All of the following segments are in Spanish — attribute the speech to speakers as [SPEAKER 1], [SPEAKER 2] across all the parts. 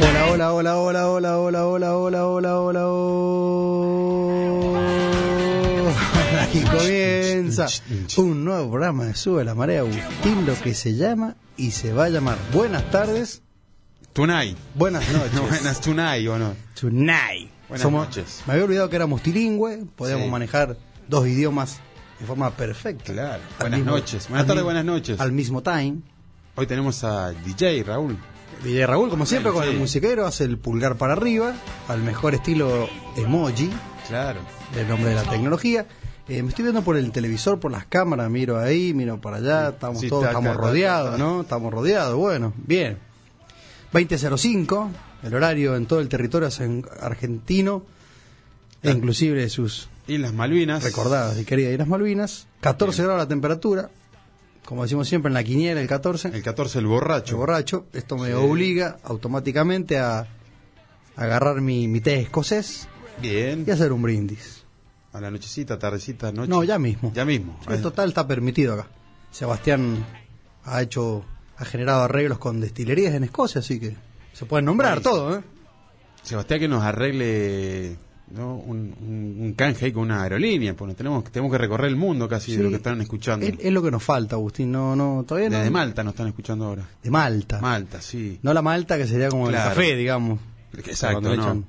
[SPEAKER 1] Hola, hola, hola, hola, hola, hola, hola, hola, hola, hola, hola. Aquí comienza un nuevo programa de Sube la Marea Agustín, lo que se llama y se va a llamar Buenas tardes,
[SPEAKER 2] Tunay.
[SPEAKER 1] buenas noches.
[SPEAKER 2] No, buenas Tunay o no.
[SPEAKER 1] Tonight.
[SPEAKER 2] Buenas noches.
[SPEAKER 1] Me había olvidado que éramos trilingüe, podíamos
[SPEAKER 2] Sí.
[SPEAKER 1] manejar dos idiomas de forma perfecta.
[SPEAKER 2] Claro.
[SPEAKER 1] Al
[SPEAKER 2] Buenas
[SPEAKER 1] mismo-
[SPEAKER 2] noches. Buenas
[SPEAKER 1] al
[SPEAKER 2] tardes,
[SPEAKER 1] mi-
[SPEAKER 2] buenas noches.
[SPEAKER 1] Al mismo time.
[SPEAKER 2] Hoy tenemos a DJ Raúl.
[SPEAKER 1] Y Raúl, como siempre,
[SPEAKER 2] Bueno,
[SPEAKER 1] con
[SPEAKER 2] sí.
[SPEAKER 1] el musiquero, hace el pulgar para arriba, al mejor estilo emoji.
[SPEAKER 2] Claro.
[SPEAKER 1] el nombre de la tecnología. Eh, me estoy viendo por el televisor, por las cámaras, miro ahí, miro para allá, estamos
[SPEAKER 2] Sí,
[SPEAKER 1] todos,
[SPEAKER 2] está,
[SPEAKER 1] estamos
[SPEAKER 2] está, está,
[SPEAKER 1] rodeados,
[SPEAKER 2] está.
[SPEAKER 1] ¿no? Estamos rodeados, bueno, bien. 20.05, el horario en todo el territorio es en- argentino,
[SPEAKER 2] Ah.
[SPEAKER 1] e inclusive sus
[SPEAKER 2] Y las Malvinas.
[SPEAKER 1] recordadas y queridas Islas Malvinas. 14 grados la temperatura, como decimos siempre en la quiniela, el 14,
[SPEAKER 2] El 14, el
[SPEAKER 1] el
[SPEAKER 2] borracho.
[SPEAKER 1] borracho. Esto me obliga automáticamente a agarrar mi, mi té escocés
[SPEAKER 2] Bien.
[SPEAKER 1] y hacer un brindis.
[SPEAKER 2] A la nochecita, tardecita, noche.
[SPEAKER 1] No, ya mismo.
[SPEAKER 2] Ya mismo.
[SPEAKER 1] En total está permitido acá. Sebastián ha hecho, ha generado arreglos con destilerías en Escocia, así que se pueden nombrar
[SPEAKER 2] Buenísimo.
[SPEAKER 1] todo, ¿eh?
[SPEAKER 2] Sebastián que nos arregle ¿no? un, un- un canje ahí con una aerolínea. Porque tenemos, tenemos que recorrer el mundo casi de lo que están escuchando.
[SPEAKER 1] Es, es lo que nos falta, Agustín. No, no, todavía no.
[SPEAKER 2] Desde Malta nos están escuchando ahora.
[SPEAKER 1] De Malta.
[SPEAKER 2] Malta, sí.
[SPEAKER 1] No la Malta que sería como
[SPEAKER 2] Claro.
[SPEAKER 1] el café, digamos.
[SPEAKER 2] Exacto,
[SPEAKER 1] Cuando le
[SPEAKER 2] no.
[SPEAKER 1] echan-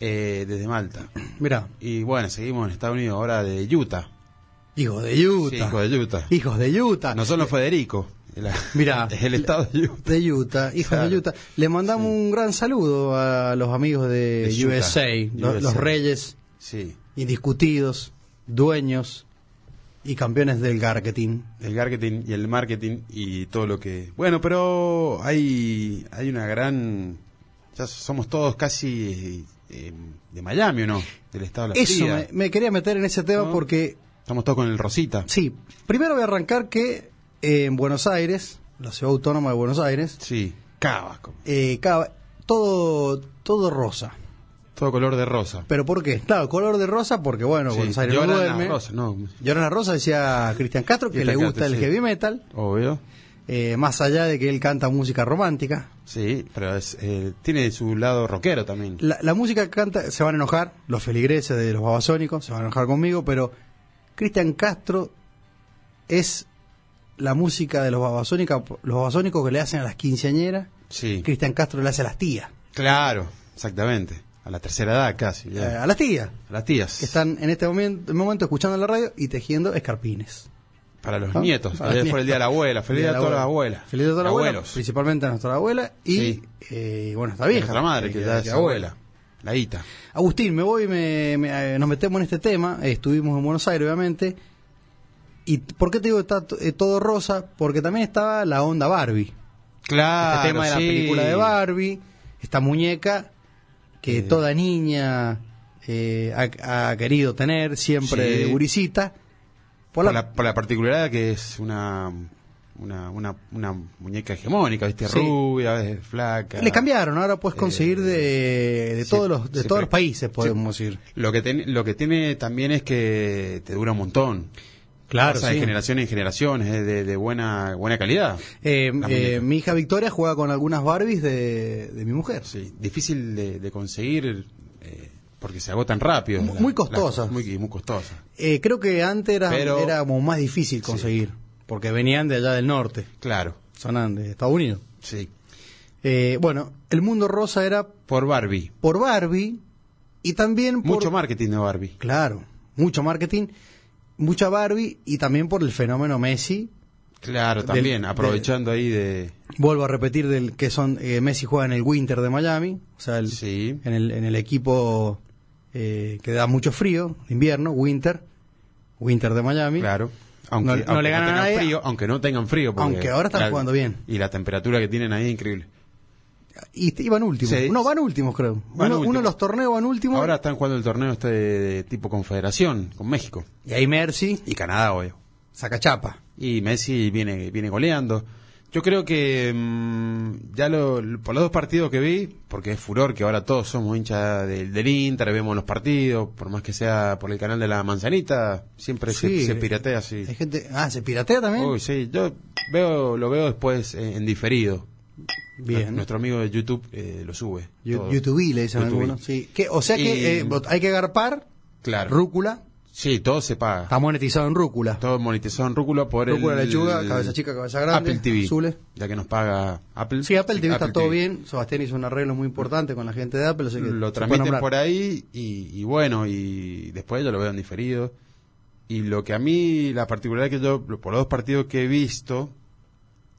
[SPEAKER 2] Eh, desde Malta.
[SPEAKER 1] Mirá,
[SPEAKER 2] Y bueno, seguimos en Estados Unidos ahora de Utah.
[SPEAKER 1] hijos de Utah.
[SPEAKER 2] Sí, hijo de Utah.
[SPEAKER 1] Hijos de Utah.
[SPEAKER 2] No solo Federico. la-
[SPEAKER 1] Mirá.
[SPEAKER 2] Es el estado de Utah.
[SPEAKER 1] de Utah, hijos de
[SPEAKER 2] Claro.
[SPEAKER 1] Utah. Le mandamos un gran saludo a los amigos de,
[SPEAKER 2] De Utah.
[SPEAKER 1] USA, lo-
[SPEAKER 2] USA.
[SPEAKER 1] los reyes
[SPEAKER 2] Sí.
[SPEAKER 1] indiscutidos, dueños y campeones del marketing.
[SPEAKER 2] El marketing y el marketing y todo lo que... Bueno, pero hay, hay una gran... Ya somos todos casi eh, de Miami, ¿o no? Del estado de la
[SPEAKER 1] Eso,
[SPEAKER 2] Florida.
[SPEAKER 1] me, me quería meter en ese tema
[SPEAKER 2] No.
[SPEAKER 1] porque,
[SPEAKER 2] Estamos todos con el Rosita.
[SPEAKER 1] sí, primero voy a arrancar que eh, en Buenos Aires, la ciudad autónoma de Buenos Aires,
[SPEAKER 2] Sí. Cava. como-
[SPEAKER 1] eh, cada- todo, todo rosa.
[SPEAKER 2] Todo color de rosa.
[SPEAKER 1] ¿Pero por qué? Claro, color de rosa porque, bueno,
[SPEAKER 2] Sí,
[SPEAKER 1] Buenos Aires no
[SPEAKER 2] lloran las
[SPEAKER 1] duerme.
[SPEAKER 2] rosas, no.
[SPEAKER 1] Lloran las rosas, decía Cristian Castro, que
[SPEAKER 2] Cristian
[SPEAKER 1] le gusta
[SPEAKER 2] Castro,
[SPEAKER 1] el
[SPEAKER 2] sí.
[SPEAKER 1] heavy metal,
[SPEAKER 2] Obvio.
[SPEAKER 1] eh, más allá de que él canta música romántica.
[SPEAKER 2] Sí, pero es, eh, tiene su lado rockero también.
[SPEAKER 1] La, la música que canta, se van a enojar, los feligreses de los babasónicos se van a enojar conmigo, pero Cristian Castro es la música de los babasónicos, los babasónicos que le hacen a las quinceañeras,
[SPEAKER 2] Sí.
[SPEAKER 1] Cristian Castro le hace a las tías,
[SPEAKER 2] Claro, exactamente. A la tercera edad casi. ya.
[SPEAKER 1] eh, a las tías,
[SPEAKER 2] A las tías.
[SPEAKER 1] que están en este momento, momento escuchando la radio y tejiendo escarpines.
[SPEAKER 2] Para los
[SPEAKER 1] ¿no?
[SPEAKER 2] nietos.
[SPEAKER 1] Para
[SPEAKER 2] Ayer
[SPEAKER 1] los
[SPEAKER 2] fue el día de la abuela.
[SPEAKER 1] nietos.
[SPEAKER 2] Feliz día a todas las abuelas.
[SPEAKER 1] Feliz día a todas las abuelas,
[SPEAKER 2] Abuelos.
[SPEAKER 1] principalmente a nuestra abuela y,
[SPEAKER 2] Sí.
[SPEAKER 1] eh, bueno, esta vieja.
[SPEAKER 2] Nuestra madre, que ya es abuela. La Ita.
[SPEAKER 1] Agustín, me voy, me, me- eh, nos metemos en este tema. Eh, estuvimos en Buenos Aires, obviamente. ¿Y t- por qué te digo que está t- eh, todo rosa? Porque también estaba la onda Barbie.
[SPEAKER 2] Claro.
[SPEAKER 1] este tema de la
[SPEAKER 2] sí.
[SPEAKER 1] película de Barbie, esta muñeca que
[SPEAKER 2] Eh.
[SPEAKER 1] toda niña eh, ha, ha querido tener siempre
[SPEAKER 2] Sí.
[SPEAKER 1] de gurisita.
[SPEAKER 2] Por la, por la particularidad que es una, una, una, una muñeca hegemónica, ¿viste?
[SPEAKER 1] Sí.
[SPEAKER 2] Rubia, a veces flaca.
[SPEAKER 1] Le cambiaron, ahora puedes conseguir
[SPEAKER 2] Eh,
[SPEAKER 1] de, de
[SPEAKER 2] sí,
[SPEAKER 1] todos los de
[SPEAKER 2] sí,
[SPEAKER 1] todos
[SPEAKER 2] pero-
[SPEAKER 1] los países,
[SPEAKER 2] sí.
[SPEAKER 1] podemos decir.
[SPEAKER 2] Lo que, ten- lo que tiene también es que te dura un montón.
[SPEAKER 1] Claro,
[SPEAKER 2] Pasa de
[SPEAKER 1] sí.
[SPEAKER 2] generación en generación, es de, de- de buena, buena calidad.
[SPEAKER 1] Eh,
[SPEAKER 2] Las
[SPEAKER 1] eh,
[SPEAKER 2] muñecas.
[SPEAKER 1] mi hija Victoria juega con algunas Barbies de, de mi mujer.
[SPEAKER 2] Sí, difícil de, de conseguir eh, porque se agotan rápido.
[SPEAKER 1] Muy-
[SPEAKER 2] Las-
[SPEAKER 1] muy costosas.
[SPEAKER 2] las- muy, muy costosas.
[SPEAKER 1] Eh, creo que antes era,
[SPEAKER 2] Pero-
[SPEAKER 1] era como más difícil conseguir, porque venían de allá del norte,
[SPEAKER 2] Claro,
[SPEAKER 1] sonan de Estados Unidos.
[SPEAKER 2] sí.
[SPEAKER 1] Eh, bueno, el mundo rosa era
[SPEAKER 2] Por Barbie.
[SPEAKER 1] por Barbie y también por...
[SPEAKER 2] Mucho marketing de Barbie.
[SPEAKER 1] Claro, mucho marketing, mucha Barbie y también por el fenómeno Messi.
[SPEAKER 2] Claro,
[SPEAKER 1] Del-
[SPEAKER 2] también,
[SPEAKER 1] del-
[SPEAKER 2] aprovechando ahí de...
[SPEAKER 1] Vuelvo a repetir del que son eh, Messi juega en el Winter de Miami, o sea, el-
[SPEAKER 2] Sí.
[SPEAKER 1] en, el, en el equipo eh, que da mucho frío, invierno, Winter, Winter de Miami.
[SPEAKER 2] Claro. Aunque,
[SPEAKER 1] No- no
[SPEAKER 2] aunque
[SPEAKER 1] le ganan a
[SPEAKER 2] tengan
[SPEAKER 1] nadie.
[SPEAKER 2] frío, aunque no tengan frío. porque
[SPEAKER 1] Aunque ahora están
[SPEAKER 2] la-
[SPEAKER 1] jugando bien.
[SPEAKER 2] Y la temperatura que tienen ahí es increíble.
[SPEAKER 1] Y, y van últimos.
[SPEAKER 2] Sí.
[SPEAKER 1] No, van últimos, creo. uno,
[SPEAKER 2] últimos.
[SPEAKER 1] uno de los torneos van últimos.
[SPEAKER 2] Ahora están jugando el torneo este de, de tipo confederación con México.
[SPEAKER 1] Y ahí Mercy
[SPEAKER 2] Y Canadá, obvio.
[SPEAKER 1] saca chapa.
[SPEAKER 2] Y Messi viene, viene goleando. Yo creo que mm, ya lo, por los dos partidos que vi, porque es furor que ahora todos somos hinchas del, del Inter, vemos los partidos, por más que sea por el canal de la manzanita, siempre se-
[SPEAKER 1] Sí.
[SPEAKER 2] se, piratea así.
[SPEAKER 1] Hay gente. Ah, ¿se piratea también?
[SPEAKER 2] Uy, sí, yo veo, lo veo después eh, en diferido.
[SPEAKER 1] Bien.
[SPEAKER 2] Nuestro amigo de YouTube eh, lo sube.
[SPEAKER 1] Yu-
[SPEAKER 2] todo.
[SPEAKER 1] YouTube le dicen
[SPEAKER 2] YouTube.
[SPEAKER 1] algunos. Sí. Que, o sea que
[SPEAKER 2] Y-
[SPEAKER 1] eh, hay que agarpar.
[SPEAKER 2] Claro.
[SPEAKER 1] Rúcula.
[SPEAKER 2] Sí, todo se paga.
[SPEAKER 1] Está monetizado en rúcula.
[SPEAKER 2] Todo monetizado en Rúcula por
[SPEAKER 1] Rúcula,
[SPEAKER 2] el...
[SPEAKER 1] lechuga, cabeza chica, cabeza grande,
[SPEAKER 2] Apple TV.
[SPEAKER 1] azules.
[SPEAKER 2] Ya que nos paga Apple.
[SPEAKER 1] Sí, Apple TV está
[SPEAKER 2] Apple
[SPEAKER 1] todo bien. Sebastián hizo un arreglo muy importante con la gente de Apple. así que
[SPEAKER 2] Lo
[SPEAKER 1] Mm, se puede
[SPEAKER 2] transmiten
[SPEAKER 1] nombrar.
[SPEAKER 2] por ahí y, y bueno, y después yo lo veo en diferido. Y lo que a mí, la particularidad que yo, por los dos partidos que he visto,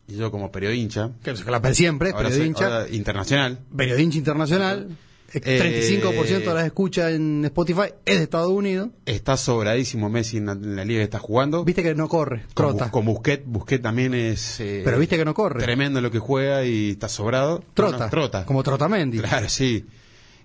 [SPEAKER 2] y yo como periodincha,
[SPEAKER 1] Que la Apple siempre,
[SPEAKER 2] ahora soy-
[SPEAKER 1] periodincha.
[SPEAKER 2] ahora internacional,
[SPEAKER 1] Periodincha internacional. eh,
[SPEAKER 2] Eh,
[SPEAKER 1] 35% de las escuchas en Spotify es de Estados Unidos.
[SPEAKER 2] está sobradísimo Messi en la, en la liga que está jugando.
[SPEAKER 1] Viste que no corre,
[SPEAKER 2] Con
[SPEAKER 1] trota.
[SPEAKER 2] Bus- Con Busquets, Busquets también es... eh,
[SPEAKER 1] Pero viste que no corre.
[SPEAKER 2] Tremendo lo que juega y está sobrado.
[SPEAKER 1] Trota.
[SPEAKER 2] No, no, trota.
[SPEAKER 1] Como Trotamendi.
[SPEAKER 2] Claro, sí.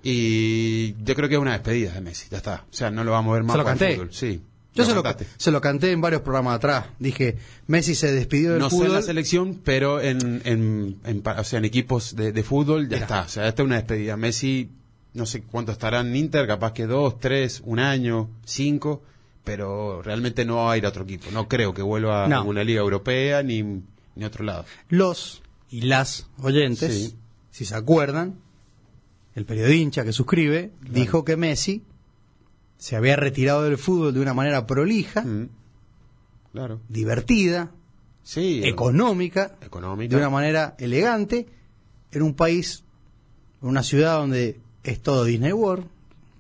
[SPEAKER 2] Y yo creo que es una despedida de Messi, ya está. O sea, no lo vamos a ver más
[SPEAKER 1] Se lo
[SPEAKER 2] para el
[SPEAKER 1] canté.
[SPEAKER 2] fútbol, Sí.
[SPEAKER 1] Yo se lo,
[SPEAKER 2] cantaste.
[SPEAKER 1] se lo canté en varios programas atrás. Dije, Messi se despidió del
[SPEAKER 2] No sé en la
[SPEAKER 1] fútbol.
[SPEAKER 2] selección, pero en, en, en pa- o sea, en equipos de, de fútbol ya
[SPEAKER 1] Mira.
[SPEAKER 2] está. O sea, esta es una despedida. Messi, no sé cuánto estará en Inter, capaz que dos, tres, un año, cinco, pero realmente no va a ir a otro equipo. No creo que vuelva
[SPEAKER 1] No.
[SPEAKER 2] a una liga europea ni, ni a otro lado.
[SPEAKER 1] Los y las oyentes,
[SPEAKER 2] Sí.
[SPEAKER 1] si se acuerdan, el periodincha que suscribe dijo que Messi se había retirado del fútbol de una manera prolija,
[SPEAKER 2] Mm. Claro.
[SPEAKER 1] divertida,
[SPEAKER 2] Sí. eh,
[SPEAKER 1] económica,
[SPEAKER 2] Económica.
[SPEAKER 1] de una manera elegante, en un país, en una ciudad donde es todo Disney World,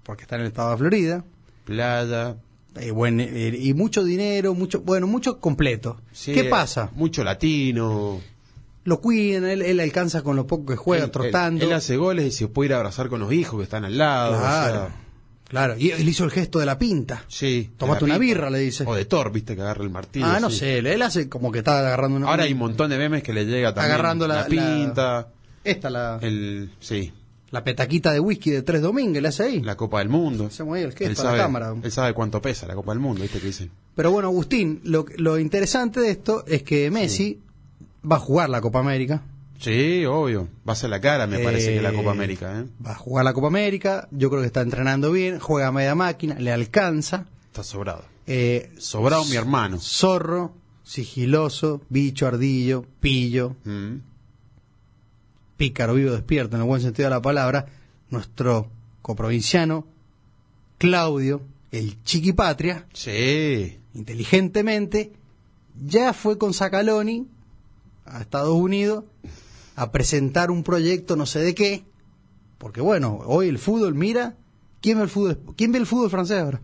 [SPEAKER 1] porque está en el estado de Florida.
[SPEAKER 2] Playa.
[SPEAKER 1] Eh, buen- eh, y mucho dinero, mucho, bueno, mucho completo.
[SPEAKER 2] Sí,
[SPEAKER 1] ¿Qué
[SPEAKER 2] eh,
[SPEAKER 1] pasa?
[SPEAKER 2] Mucho latino.
[SPEAKER 1] Lo cuidan, él, él alcanza con lo poco que juega,
[SPEAKER 2] Él-
[SPEAKER 1] trotando.
[SPEAKER 2] Él, él hace goles y se puede ir a abrazar con los hijos que están al lado. o sea,
[SPEAKER 1] claro, claro. Y él hizo el gesto de la pinta.
[SPEAKER 2] sí.
[SPEAKER 1] Tomate
[SPEAKER 2] de la
[SPEAKER 1] una
[SPEAKER 2] pipa.
[SPEAKER 1] birra, le dice.
[SPEAKER 2] O de Thor, viste, que agarra el martillo.
[SPEAKER 1] ah, no
[SPEAKER 2] sí.
[SPEAKER 1] sé, él, él hace como que está agarrando una.
[SPEAKER 2] Ahora hay un montón de memes que le llega también.
[SPEAKER 1] Agarrando la-
[SPEAKER 2] pinta.
[SPEAKER 1] Esta, la,
[SPEAKER 2] El, sí.
[SPEAKER 1] la petaquita de whisky de Tres Domínguez, le hace ahí.
[SPEAKER 2] La Copa del Mundo.
[SPEAKER 1] Se mueve el gesto
[SPEAKER 2] él
[SPEAKER 1] a la
[SPEAKER 2] sabe,
[SPEAKER 1] cámara.
[SPEAKER 2] Él sabe cuánto pesa la Copa del Mundo, viste, que dicen.
[SPEAKER 1] Pero bueno, Agustín, lo, lo interesante de esto es que Messi va a jugar la Copa América.
[SPEAKER 2] Sí, obvio. Va a ser la cara, me parece,
[SPEAKER 1] Eh,
[SPEAKER 2] que la Copa América, ¿eh?
[SPEAKER 1] Va a jugar la Copa América. Yo creo que está entrenando bien. Juega a media máquina. Le alcanza.
[SPEAKER 2] Está sobrado.
[SPEAKER 1] Eh,
[SPEAKER 2] Sobrado mi hermano.
[SPEAKER 1] zorro, sigiloso, bicho, ardillo, pillo,
[SPEAKER 2] Mm.
[SPEAKER 1] pícaro, vivo, despierto, en el buen sentido de la palabra. Nuestro coprovinciano, Claudio, el chiquipatria,
[SPEAKER 2] Sí.
[SPEAKER 1] inteligentemente, ya fue con Sacaloni a Estados Unidos a presentar un proyecto no sé de qué, porque bueno, hoy el fútbol mira, ¿quién ve el fútbol, quién ve el fútbol francés ahora?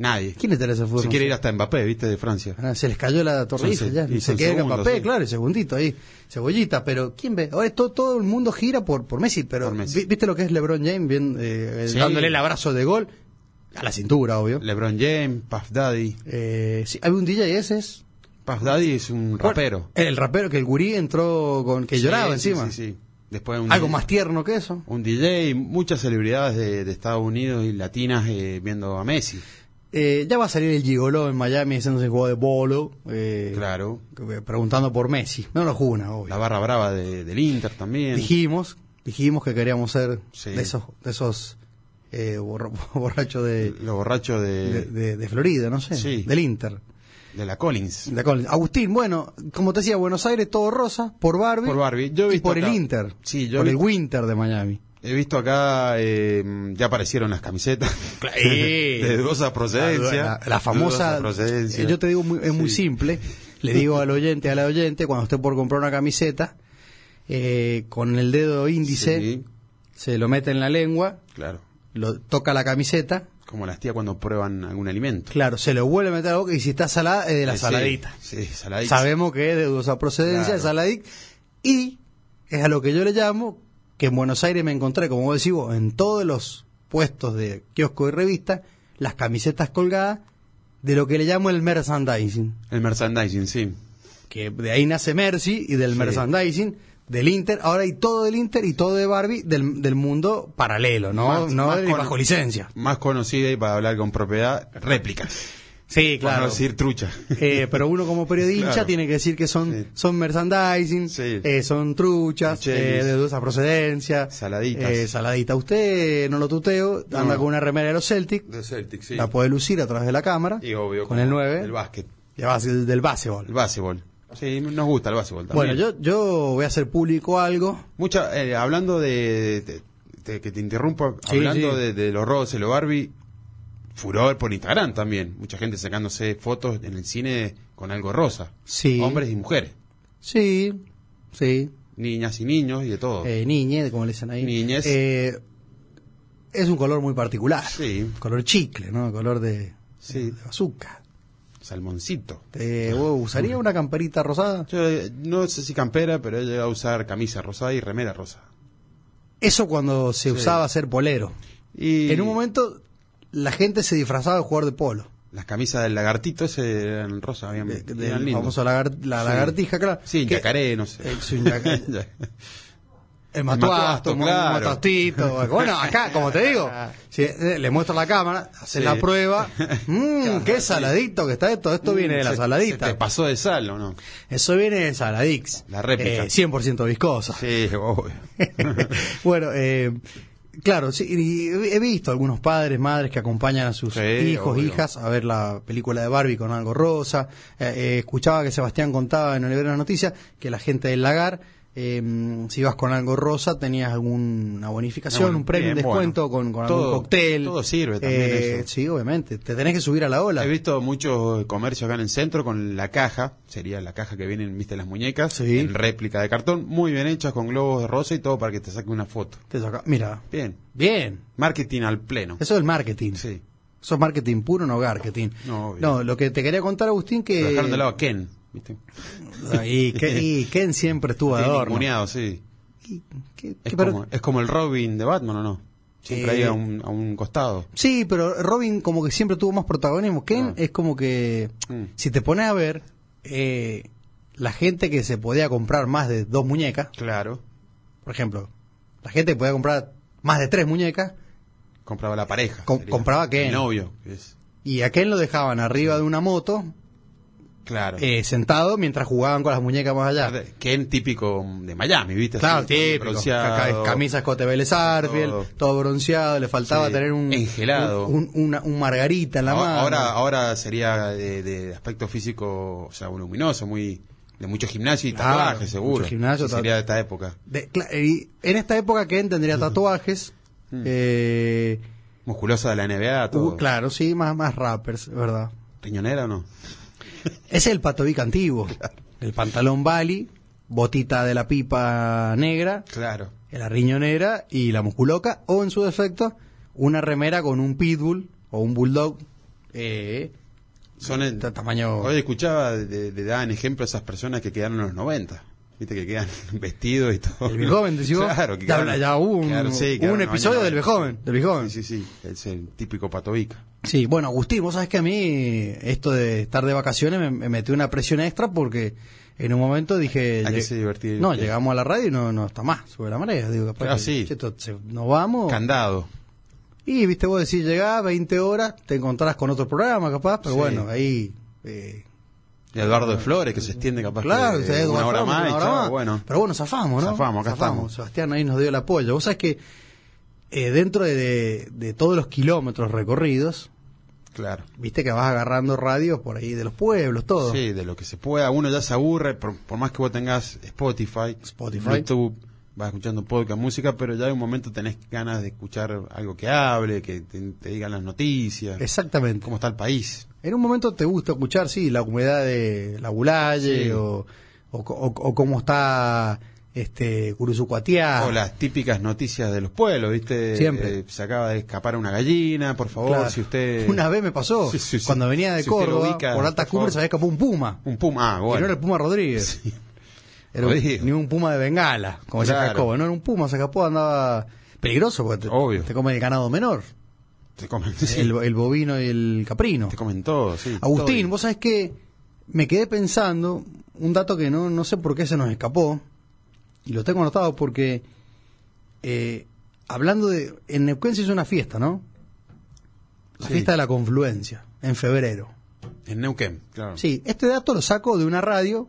[SPEAKER 2] Nadie.
[SPEAKER 1] ¿Quién le interesa el fútbol
[SPEAKER 2] Se quiere ir hasta Mbappé, viste, de Francia.
[SPEAKER 1] Ah, se les cayó la torrija
[SPEAKER 2] Son se-
[SPEAKER 1] ya,
[SPEAKER 2] y
[SPEAKER 1] se
[SPEAKER 2] son
[SPEAKER 1] queda
[SPEAKER 2] segundos,
[SPEAKER 1] papel,
[SPEAKER 2] sí.
[SPEAKER 1] claro, el segundito ahí, cebollita, pero ¿quién ve? Ahora todo, todo el mundo gira por, por Messi, pero
[SPEAKER 2] Por Messi.
[SPEAKER 1] vi- ¿viste lo que es LeBron James bien, eh, eh,
[SPEAKER 2] Sí.
[SPEAKER 1] dándole el abrazo de gol a la cintura, obvio?
[SPEAKER 2] LeBron James, Puff Daddy.
[SPEAKER 1] Eh, sí, hay un DJ ese es
[SPEAKER 2] Puff Daddy es un rapero.
[SPEAKER 1] el rapero que el gurí entró con que
[SPEAKER 2] Sí,
[SPEAKER 1] lloraba
[SPEAKER 2] sí,
[SPEAKER 1] encima.
[SPEAKER 2] Sí, sí. Después un,
[SPEAKER 1] Algo más tierno que eso.
[SPEAKER 2] un DJ, muchas celebridades de, de Estados Unidos y latinas eh, viendo a Messi.
[SPEAKER 1] Eh, ya va a salir el Gigoló en Miami haciéndose el juego de bolo. eh,
[SPEAKER 2] Claro.
[SPEAKER 1] que- Preguntando por Messi. No lo juna, obvio.
[SPEAKER 2] La barra brava de- del Inter también.
[SPEAKER 1] Dijimos, dijimos que queríamos ser
[SPEAKER 2] Sí.
[SPEAKER 1] de esos, de esos eh, borra- borrachos de,
[SPEAKER 2] Los borrachos de,
[SPEAKER 1] de, de- de Florida, no sé,
[SPEAKER 2] Sí.
[SPEAKER 1] del Inter.
[SPEAKER 2] de la Collins.
[SPEAKER 1] De Collins. Agustín, bueno, como te decía, Buenos Aires todo rosa, por Barbie,
[SPEAKER 2] Por Barbie. Yo he
[SPEAKER 1] y
[SPEAKER 2] visto
[SPEAKER 1] por el
[SPEAKER 2] acá-
[SPEAKER 1] Inter,
[SPEAKER 2] Sí, yo he
[SPEAKER 1] por el
[SPEAKER 2] visto-
[SPEAKER 1] Winter de Miami.
[SPEAKER 2] He visto acá, eh, ya aparecieron las camisetas de dudosa procedencia.
[SPEAKER 1] eh. La, la famosa,
[SPEAKER 2] Dudosa procedencia.
[SPEAKER 1] eh, yo te digo, muy- es muy
[SPEAKER 2] Sí.
[SPEAKER 1] simple, le digo al oyente, a la oyente, cuando esté por comprar una camiseta, eh, con el dedo índice
[SPEAKER 2] Sí,
[SPEAKER 1] se lo mete en la lengua,
[SPEAKER 2] claro.
[SPEAKER 1] lo toca la camiseta,
[SPEAKER 2] Como las tías cuando prueban algún alimento.
[SPEAKER 1] Claro, se lo vuelve a meter a la boca y si está salada es de la
[SPEAKER 2] Eh, sí.
[SPEAKER 1] saladita.
[SPEAKER 2] Sí, saladita.
[SPEAKER 1] Sabemos que es de dudosa procedencia,
[SPEAKER 2] Claro.
[SPEAKER 1] es saladita. Y es a lo que yo le llamo, que en Buenos Aires me encontré, como vos decís vos, en todos los puestos de kiosco y revista, las camisetas colgadas de lo que le llamo el merchandising.
[SPEAKER 2] El merchandising, sí.
[SPEAKER 1] Que de ahí nace Mercy y del
[SPEAKER 2] Sí.
[SPEAKER 1] merchandising del Inter. Ahora hay todo del Inter y todo de Barbie del, del mundo paralelo, ¿no?
[SPEAKER 2] Más-
[SPEAKER 1] no
[SPEAKER 2] más
[SPEAKER 1] del-
[SPEAKER 2] con-
[SPEAKER 1] bajo licencia.
[SPEAKER 2] Más conocida y para hablar con propiedad, réplicas.
[SPEAKER 1] Sí,
[SPEAKER 2] Para no decir trucha.
[SPEAKER 1] Eh, pero uno como periodista
[SPEAKER 2] Claro.
[SPEAKER 1] tiene que decir que son,
[SPEAKER 2] Sí.
[SPEAKER 1] son merchandising,
[SPEAKER 2] Sí.
[SPEAKER 1] eh, son truchas,
[SPEAKER 2] Chelis.
[SPEAKER 1] eh, de dudosa procedencia.
[SPEAKER 2] Saladitas.
[SPEAKER 1] Eh, saladita. Usted, no lo tuteo, anda
[SPEAKER 2] No.
[SPEAKER 1] con una remera de los Celtic,
[SPEAKER 2] De Celtic, sí.
[SPEAKER 1] la puede lucir a través de la cámara,
[SPEAKER 2] y obvio.
[SPEAKER 1] con el 9,
[SPEAKER 2] El básquet.
[SPEAKER 1] de base- del básquetbol.
[SPEAKER 2] El básquetbol. Sí, nos gusta el básquetbol también.
[SPEAKER 1] Bueno, yo, yo voy a hacer público algo.
[SPEAKER 2] Mucha, eh, hablando de, de- de- que te interrumpo,
[SPEAKER 1] Sí,
[SPEAKER 2] hablando
[SPEAKER 1] sí.
[SPEAKER 2] De, de los robos de los Barbie, furor por Instagram también. Mucha gente sacándose fotos en el cine con algo rosa.
[SPEAKER 1] Sí.
[SPEAKER 2] Hombres y mujeres,
[SPEAKER 1] Sí, sí.
[SPEAKER 2] niñas y niños y de todo.
[SPEAKER 1] Eh, niñez, como le dicen ahí.
[SPEAKER 2] Niñez.
[SPEAKER 1] Eh, es un color muy particular.
[SPEAKER 2] Sí.
[SPEAKER 1] Color chicle, ¿no? Color de-
[SPEAKER 2] Sí.
[SPEAKER 1] de azúcar.
[SPEAKER 2] Salmoncito.
[SPEAKER 1] Eh, ¿vos ¿Usaría una camperita rosada?
[SPEAKER 2] Yo eh, no sé si campera, pero he llegado a usar camisa rosada y remera rosa.
[SPEAKER 1] Eso cuando se usaba ser polero.
[SPEAKER 2] Y
[SPEAKER 1] En un momento la gente se disfrazaba de jugador de polo.
[SPEAKER 2] las camisas del lagartito ese eran rosa, bien,
[SPEAKER 1] De- del
[SPEAKER 2] eran lindos.
[SPEAKER 1] famoso lagar- la
[SPEAKER 2] Sí.
[SPEAKER 1] lagartija, claro.
[SPEAKER 2] Sí,
[SPEAKER 1] que-
[SPEAKER 2] yacaré, no sé.
[SPEAKER 1] Eh, sí, un yacaré. El
[SPEAKER 2] matuasto,
[SPEAKER 1] matuasto, un
[SPEAKER 2] claro.
[SPEAKER 1] matastito. Bueno, acá, como te digo, si, eh, le muestro la cámara, haces
[SPEAKER 2] Sí.
[SPEAKER 1] la prueba. Mmm, qué saladito que está esto. Esto viene de la
[SPEAKER 2] Mm, Se- se
[SPEAKER 1] saladita.
[SPEAKER 2] te pasó de sal, ¿o no?
[SPEAKER 1] Eso viene de Saladix.
[SPEAKER 2] La réplica.
[SPEAKER 1] Eh, 100% viscosa.
[SPEAKER 2] Sí, obvio.
[SPEAKER 1] bueno, eh, claro, sí, y he visto algunos padres, madres que acompañan a sus
[SPEAKER 2] Sí,
[SPEAKER 1] hijos,
[SPEAKER 2] obvio.
[SPEAKER 1] hijas a ver la película de Barbie con algo rosa. Eh, eh, escuchaba que Sebastián contaba en Olivera de las Noticias que la gente del lagar, eh, si ibas con algo rosa, tenías alguna bonificación,
[SPEAKER 2] Ah, bueno,
[SPEAKER 1] un premio,
[SPEAKER 2] bien,
[SPEAKER 1] un descuento
[SPEAKER 2] bueno.
[SPEAKER 1] con, con
[SPEAKER 2] Todo-
[SPEAKER 1] algún cóctel.
[SPEAKER 2] todo sirve también
[SPEAKER 1] Eh,
[SPEAKER 2] eso.
[SPEAKER 1] Sí, obviamente. Te tenés que subir a la ola.
[SPEAKER 2] He visto muchos comercios acá en el centro con la caja, sería la caja que vienen, viste, las muñecas,
[SPEAKER 1] Sí.
[SPEAKER 2] en réplica de cartón, muy bien hechas, con globos de rosa y todo para que te saque una foto.
[SPEAKER 1] Te saca- Mira,
[SPEAKER 2] Bien,
[SPEAKER 1] bien.
[SPEAKER 2] marketing al pleno.
[SPEAKER 1] Eso es el marketing.
[SPEAKER 2] Sí,
[SPEAKER 1] Eso es marketing puro, no marketing.
[SPEAKER 2] No, obvio.
[SPEAKER 1] lo que te quería contar, Agustín, que...
[SPEAKER 2] Lo dejaron de lado a Ken, viste.
[SPEAKER 1] Y, Ke- y Ken siempre estuvo de
[SPEAKER 2] Ken
[SPEAKER 1] adorno.
[SPEAKER 2] ninguneado, sí.
[SPEAKER 1] Y- que-
[SPEAKER 2] Es,
[SPEAKER 1] que pero-
[SPEAKER 2] como, es como el Robin de Batman, ¿o no? Siempre
[SPEAKER 1] Eh.
[SPEAKER 2] ahí a un, a un costado.
[SPEAKER 1] sí, pero Robin como que siempre tuvo más protagonismo. Ken
[SPEAKER 2] Ah.
[SPEAKER 1] es como que,
[SPEAKER 2] Mm.
[SPEAKER 1] si te pones a ver, eh, la gente que se podía comprar más de dos muñecas,
[SPEAKER 2] Claro.
[SPEAKER 1] por ejemplo, la gente que podía comprar más de tres muñecas,
[SPEAKER 2] Compraba la pareja.
[SPEAKER 1] Com-
[SPEAKER 2] sería.
[SPEAKER 1] compraba Ken.
[SPEAKER 2] El novio. que es-
[SPEAKER 1] y a Ken lo dejaban arriba de una moto,
[SPEAKER 2] Claro.
[SPEAKER 1] eh, sentado, mientras jugaban con las muñecas más allá.
[SPEAKER 2] Ken típico de Miami, viste.
[SPEAKER 1] Claro,
[SPEAKER 2] Así,
[SPEAKER 1] típico.
[SPEAKER 2] bronceado.
[SPEAKER 1] Ca- Camisa escote Vélez Sarsfield,
[SPEAKER 2] Todo.
[SPEAKER 1] todo. bronceado, le faltaba
[SPEAKER 2] Sí,
[SPEAKER 1] tener un,
[SPEAKER 2] engelado.
[SPEAKER 1] un, un- una- un margarita en la
[SPEAKER 2] ahora,
[SPEAKER 1] mano.
[SPEAKER 2] ahora, ahora sería de, de aspecto físico, o sea, voluminoso, muy de mucho gimnasio y
[SPEAKER 1] Claro,
[SPEAKER 2] tatuaje, seguro.
[SPEAKER 1] mucho gimnasio,
[SPEAKER 2] Sí, sería de esta época.
[SPEAKER 1] De- cla- eh, y en esta época Ken tendría tatuajes. eh,
[SPEAKER 2] Musculosa de la NBA, Mm. todo.
[SPEAKER 1] hubo- Uh, claro, sí, más, más rappers, es ¿verdad?
[SPEAKER 2] ¿Riñonera o no?
[SPEAKER 1] Ese es el patovic antiguo. El pantalón Bali, botita de la pipa negra,
[SPEAKER 2] Claro.
[SPEAKER 1] la riñonera y la musculoca, o en su defecto, una remera con un pitbull o un bulldog. Eh,
[SPEAKER 2] Son el-
[SPEAKER 1] Ta- tamaño-
[SPEAKER 2] Hoy escuchaba, de, de- daban ejemplo a esas personas que quedaron en los 90. Viste que quedan vestidos y todo.
[SPEAKER 1] el Bejoven, decimos.
[SPEAKER 2] Claro, que
[SPEAKER 1] ya,
[SPEAKER 2] quedaron-
[SPEAKER 1] habla- ya hubo un,
[SPEAKER 2] quedaron- sí,
[SPEAKER 1] hubo
[SPEAKER 2] quedaron
[SPEAKER 1] un
[SPEAKER 2] en los
[SPEAKER 1] episodio
[SPEAKER 2] años
[SPEAKER 1] del
[SPEAKER 2] 90.
[SPEAKER 1] Bejoven. Del Bejoven.
[SPEAKER 2] Sí, sí, sí. Es el típico patovica.
[SPEAKER 1] Sí, bueno, Agustín, vos sabés que a mí esto de estar de vacaciones me, me metió una presión extra porque en un momento dije.
[SPEAKER 2] Hay que
[SPEAKER 1] lleg-
[SPEAKER 2] se divertir.
[SPEAKER 1] No, llegamos a la radio y no, no está más, sube la marea. Digo, capaz
[SPEAKER 2] Ah,
[SPEAKER 1] que,
[SPEAKER 2] sí.
[SPEAKER 1] che, esto se- nos vamos.
[SPEAKER 2] Candado.
[SPEAKER 1] y viste, vos decís, llegás 20 horas, te encontrás con otro programa, capaz, pero
[SPEAKER 2] Sí.
[SPEAKER 1] bueno, ahí. eh,
[SPEAKER 2] Y Eduardo de Flores, que se extiende capaz
[SPEAKER 1] Claro,
[SPEAKER 2] que,
[SPEAKER 1] se
[SPEAKER 2] eh, una hora
[SPEAKER 1] desguazamos,
[SPEAKER 2] más. y
[SPEAKER 1] una hora
[SPEAKER 2] chao,
[SPEAKER 1] más.
[SPEAKER 2] Bueno,
[SPEAKER 1] Pero bueno, zafamos, ¿no?
[SPEAKER 2] Zafamos, acá estamos.
[SPEAKER 1] Sebastián ahí nos dio el apoyo. Vos sabés que eh, dentro de, de- de todos los kilómetros recorridos,
[SPEAKER 2] claro.
[SPEAKER 1] viste que vas agarrando radios por ahí de los pueblos, todo.
[SPEAKER 2] Sí, de lo que se pueda. Uno ya se aburre, por, por más que vos tengas Spotify,
[SPEAKER 1] Spotify.
[SPEAKER 2] YouTube, vas escuchando podcast, música, pero ya en un momento tenés ganas de escuchar algo que hable, que te, te digan las noticias,
[SPEAKER 1] Exactamente.
[SPEAKER 2] cómo está el país.
[SPEAKER 1] En un momento te gusta escuchar, sí, la humedad de la Bulalle
[SPEAKER 2] Sí.
[SPEAKER 1] o, o, co- o- o cómo está este Curuzucuatiá.
[SPEAKER 2] O las típicas noticias de los pueblos, ¿viste?
[SPEAKER 1] Siempre.
[SPEAKER 2] Eh, se acaba de escapar una gallina, por favor,
[SPEAKER 1] Claro.
[SPEAKER 2] si usted...
[SPEAKER 1] Una vez me pasó,
[SPEAKER 2] Sí, sí, sí.
[SPEAKER 1] cuando venía de
[SPEAKER 2] Si usted lo
[SPEAKER 1] Córdoba,
[SPEAKER 2] ubica,
[SPEAKER 1] por altas
[SPEAKER 2] por
[SPEAKER 1] cumbres se
[SPEAKER 2] favor.
[SPEAKER 1] había escapado un puma.
[SPEAKER 2] Un puma, ah,
[SPEAKER 1] Y no era
[SPEAKER 2] bueno.
[SPEAKER 1] el Puma Rodríguez. Era un-
[SPEAKER 2] Jodido.
[SPEAKER 1] ni un puma de bengala, como decía
[SPEAKER 2] Claro.
[SPEAKER 1] Jacobo. No era un puma, se escapó, andaba peligroso porque te,
[SPEAKER 2] Obvio.
[SPEAKER 1] te comen el ganado menor,
[SPEAKER 2] Te comen, sí,
[SPEAKER 1] el, el bovino y el caprino.
[SPEAKER 2] te comen todo, sí.
[SPEAKER 1] Agustín,
[SPEAKER 2] todo.
[SPEAKER 1] vos sabés que me quedé pensando un dato que no, no sé por qué se nos escapó y lo tengo anotado porque eh, hablando de. En Neuquén se hizo una fiesta, ¿no? La
[SPEAKER 2] Sí.
[SPEAKER 1] fiesta de la confluencia, en febrero.
[SPEAKER 2] En Neuquén, claro.
[SPEAKER 1] Sí, este dato lo saco de una radio,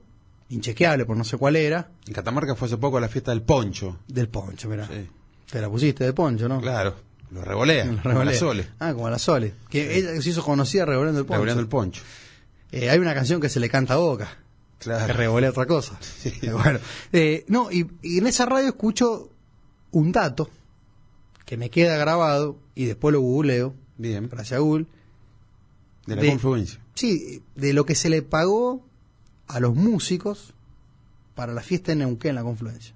[SPEAKER 1] inchequeable por no sé cuál era,
[SPEAKER 2] En Catamarca fue hace poco la fiesta del poncho.
[SPEAKER 1] del Poncho, mirá.
[SPEAKER 2] Sí.
[SPEAKER 1] Te la pusiste de Poncho, ¿no?
[SPEAKER 2] Claro, lo revolea,
[SPEAKER 1] En la
[SPEAKER 2] como
[SPEAKER 1] Revolea.
[SPEAKER 2] la Sole,
[SPEAKER 1] Ah, como a la Sole. Que ella se hizo conocida revoleando el poncho.
[SPEAKER 2] revoleando el poncho.
[SPEAKER 1] Eh, hay una canción que se le canta a Boca. Que
[SPEAKER 2] Claro.
[SPEAKER 1] revolea otra cosa.
[SPEAKER 2] Sí.
[SPEAKER 1] Eh, Bueno, eh, no, y, y en esa radio escucho un dato que me queda grabado y después lo googleo,
[SPEAKER 2] Bien,
[SPEAKER 1] gracias a Google.
[SPEAKER 2] de la
[SPEAKER 1] De-
[SPEAKER 2] confluencia.
[SPEAKER 1] Sí, de lo que se le pagó a los músicos para la fiesta en Neuquén, la confluencia.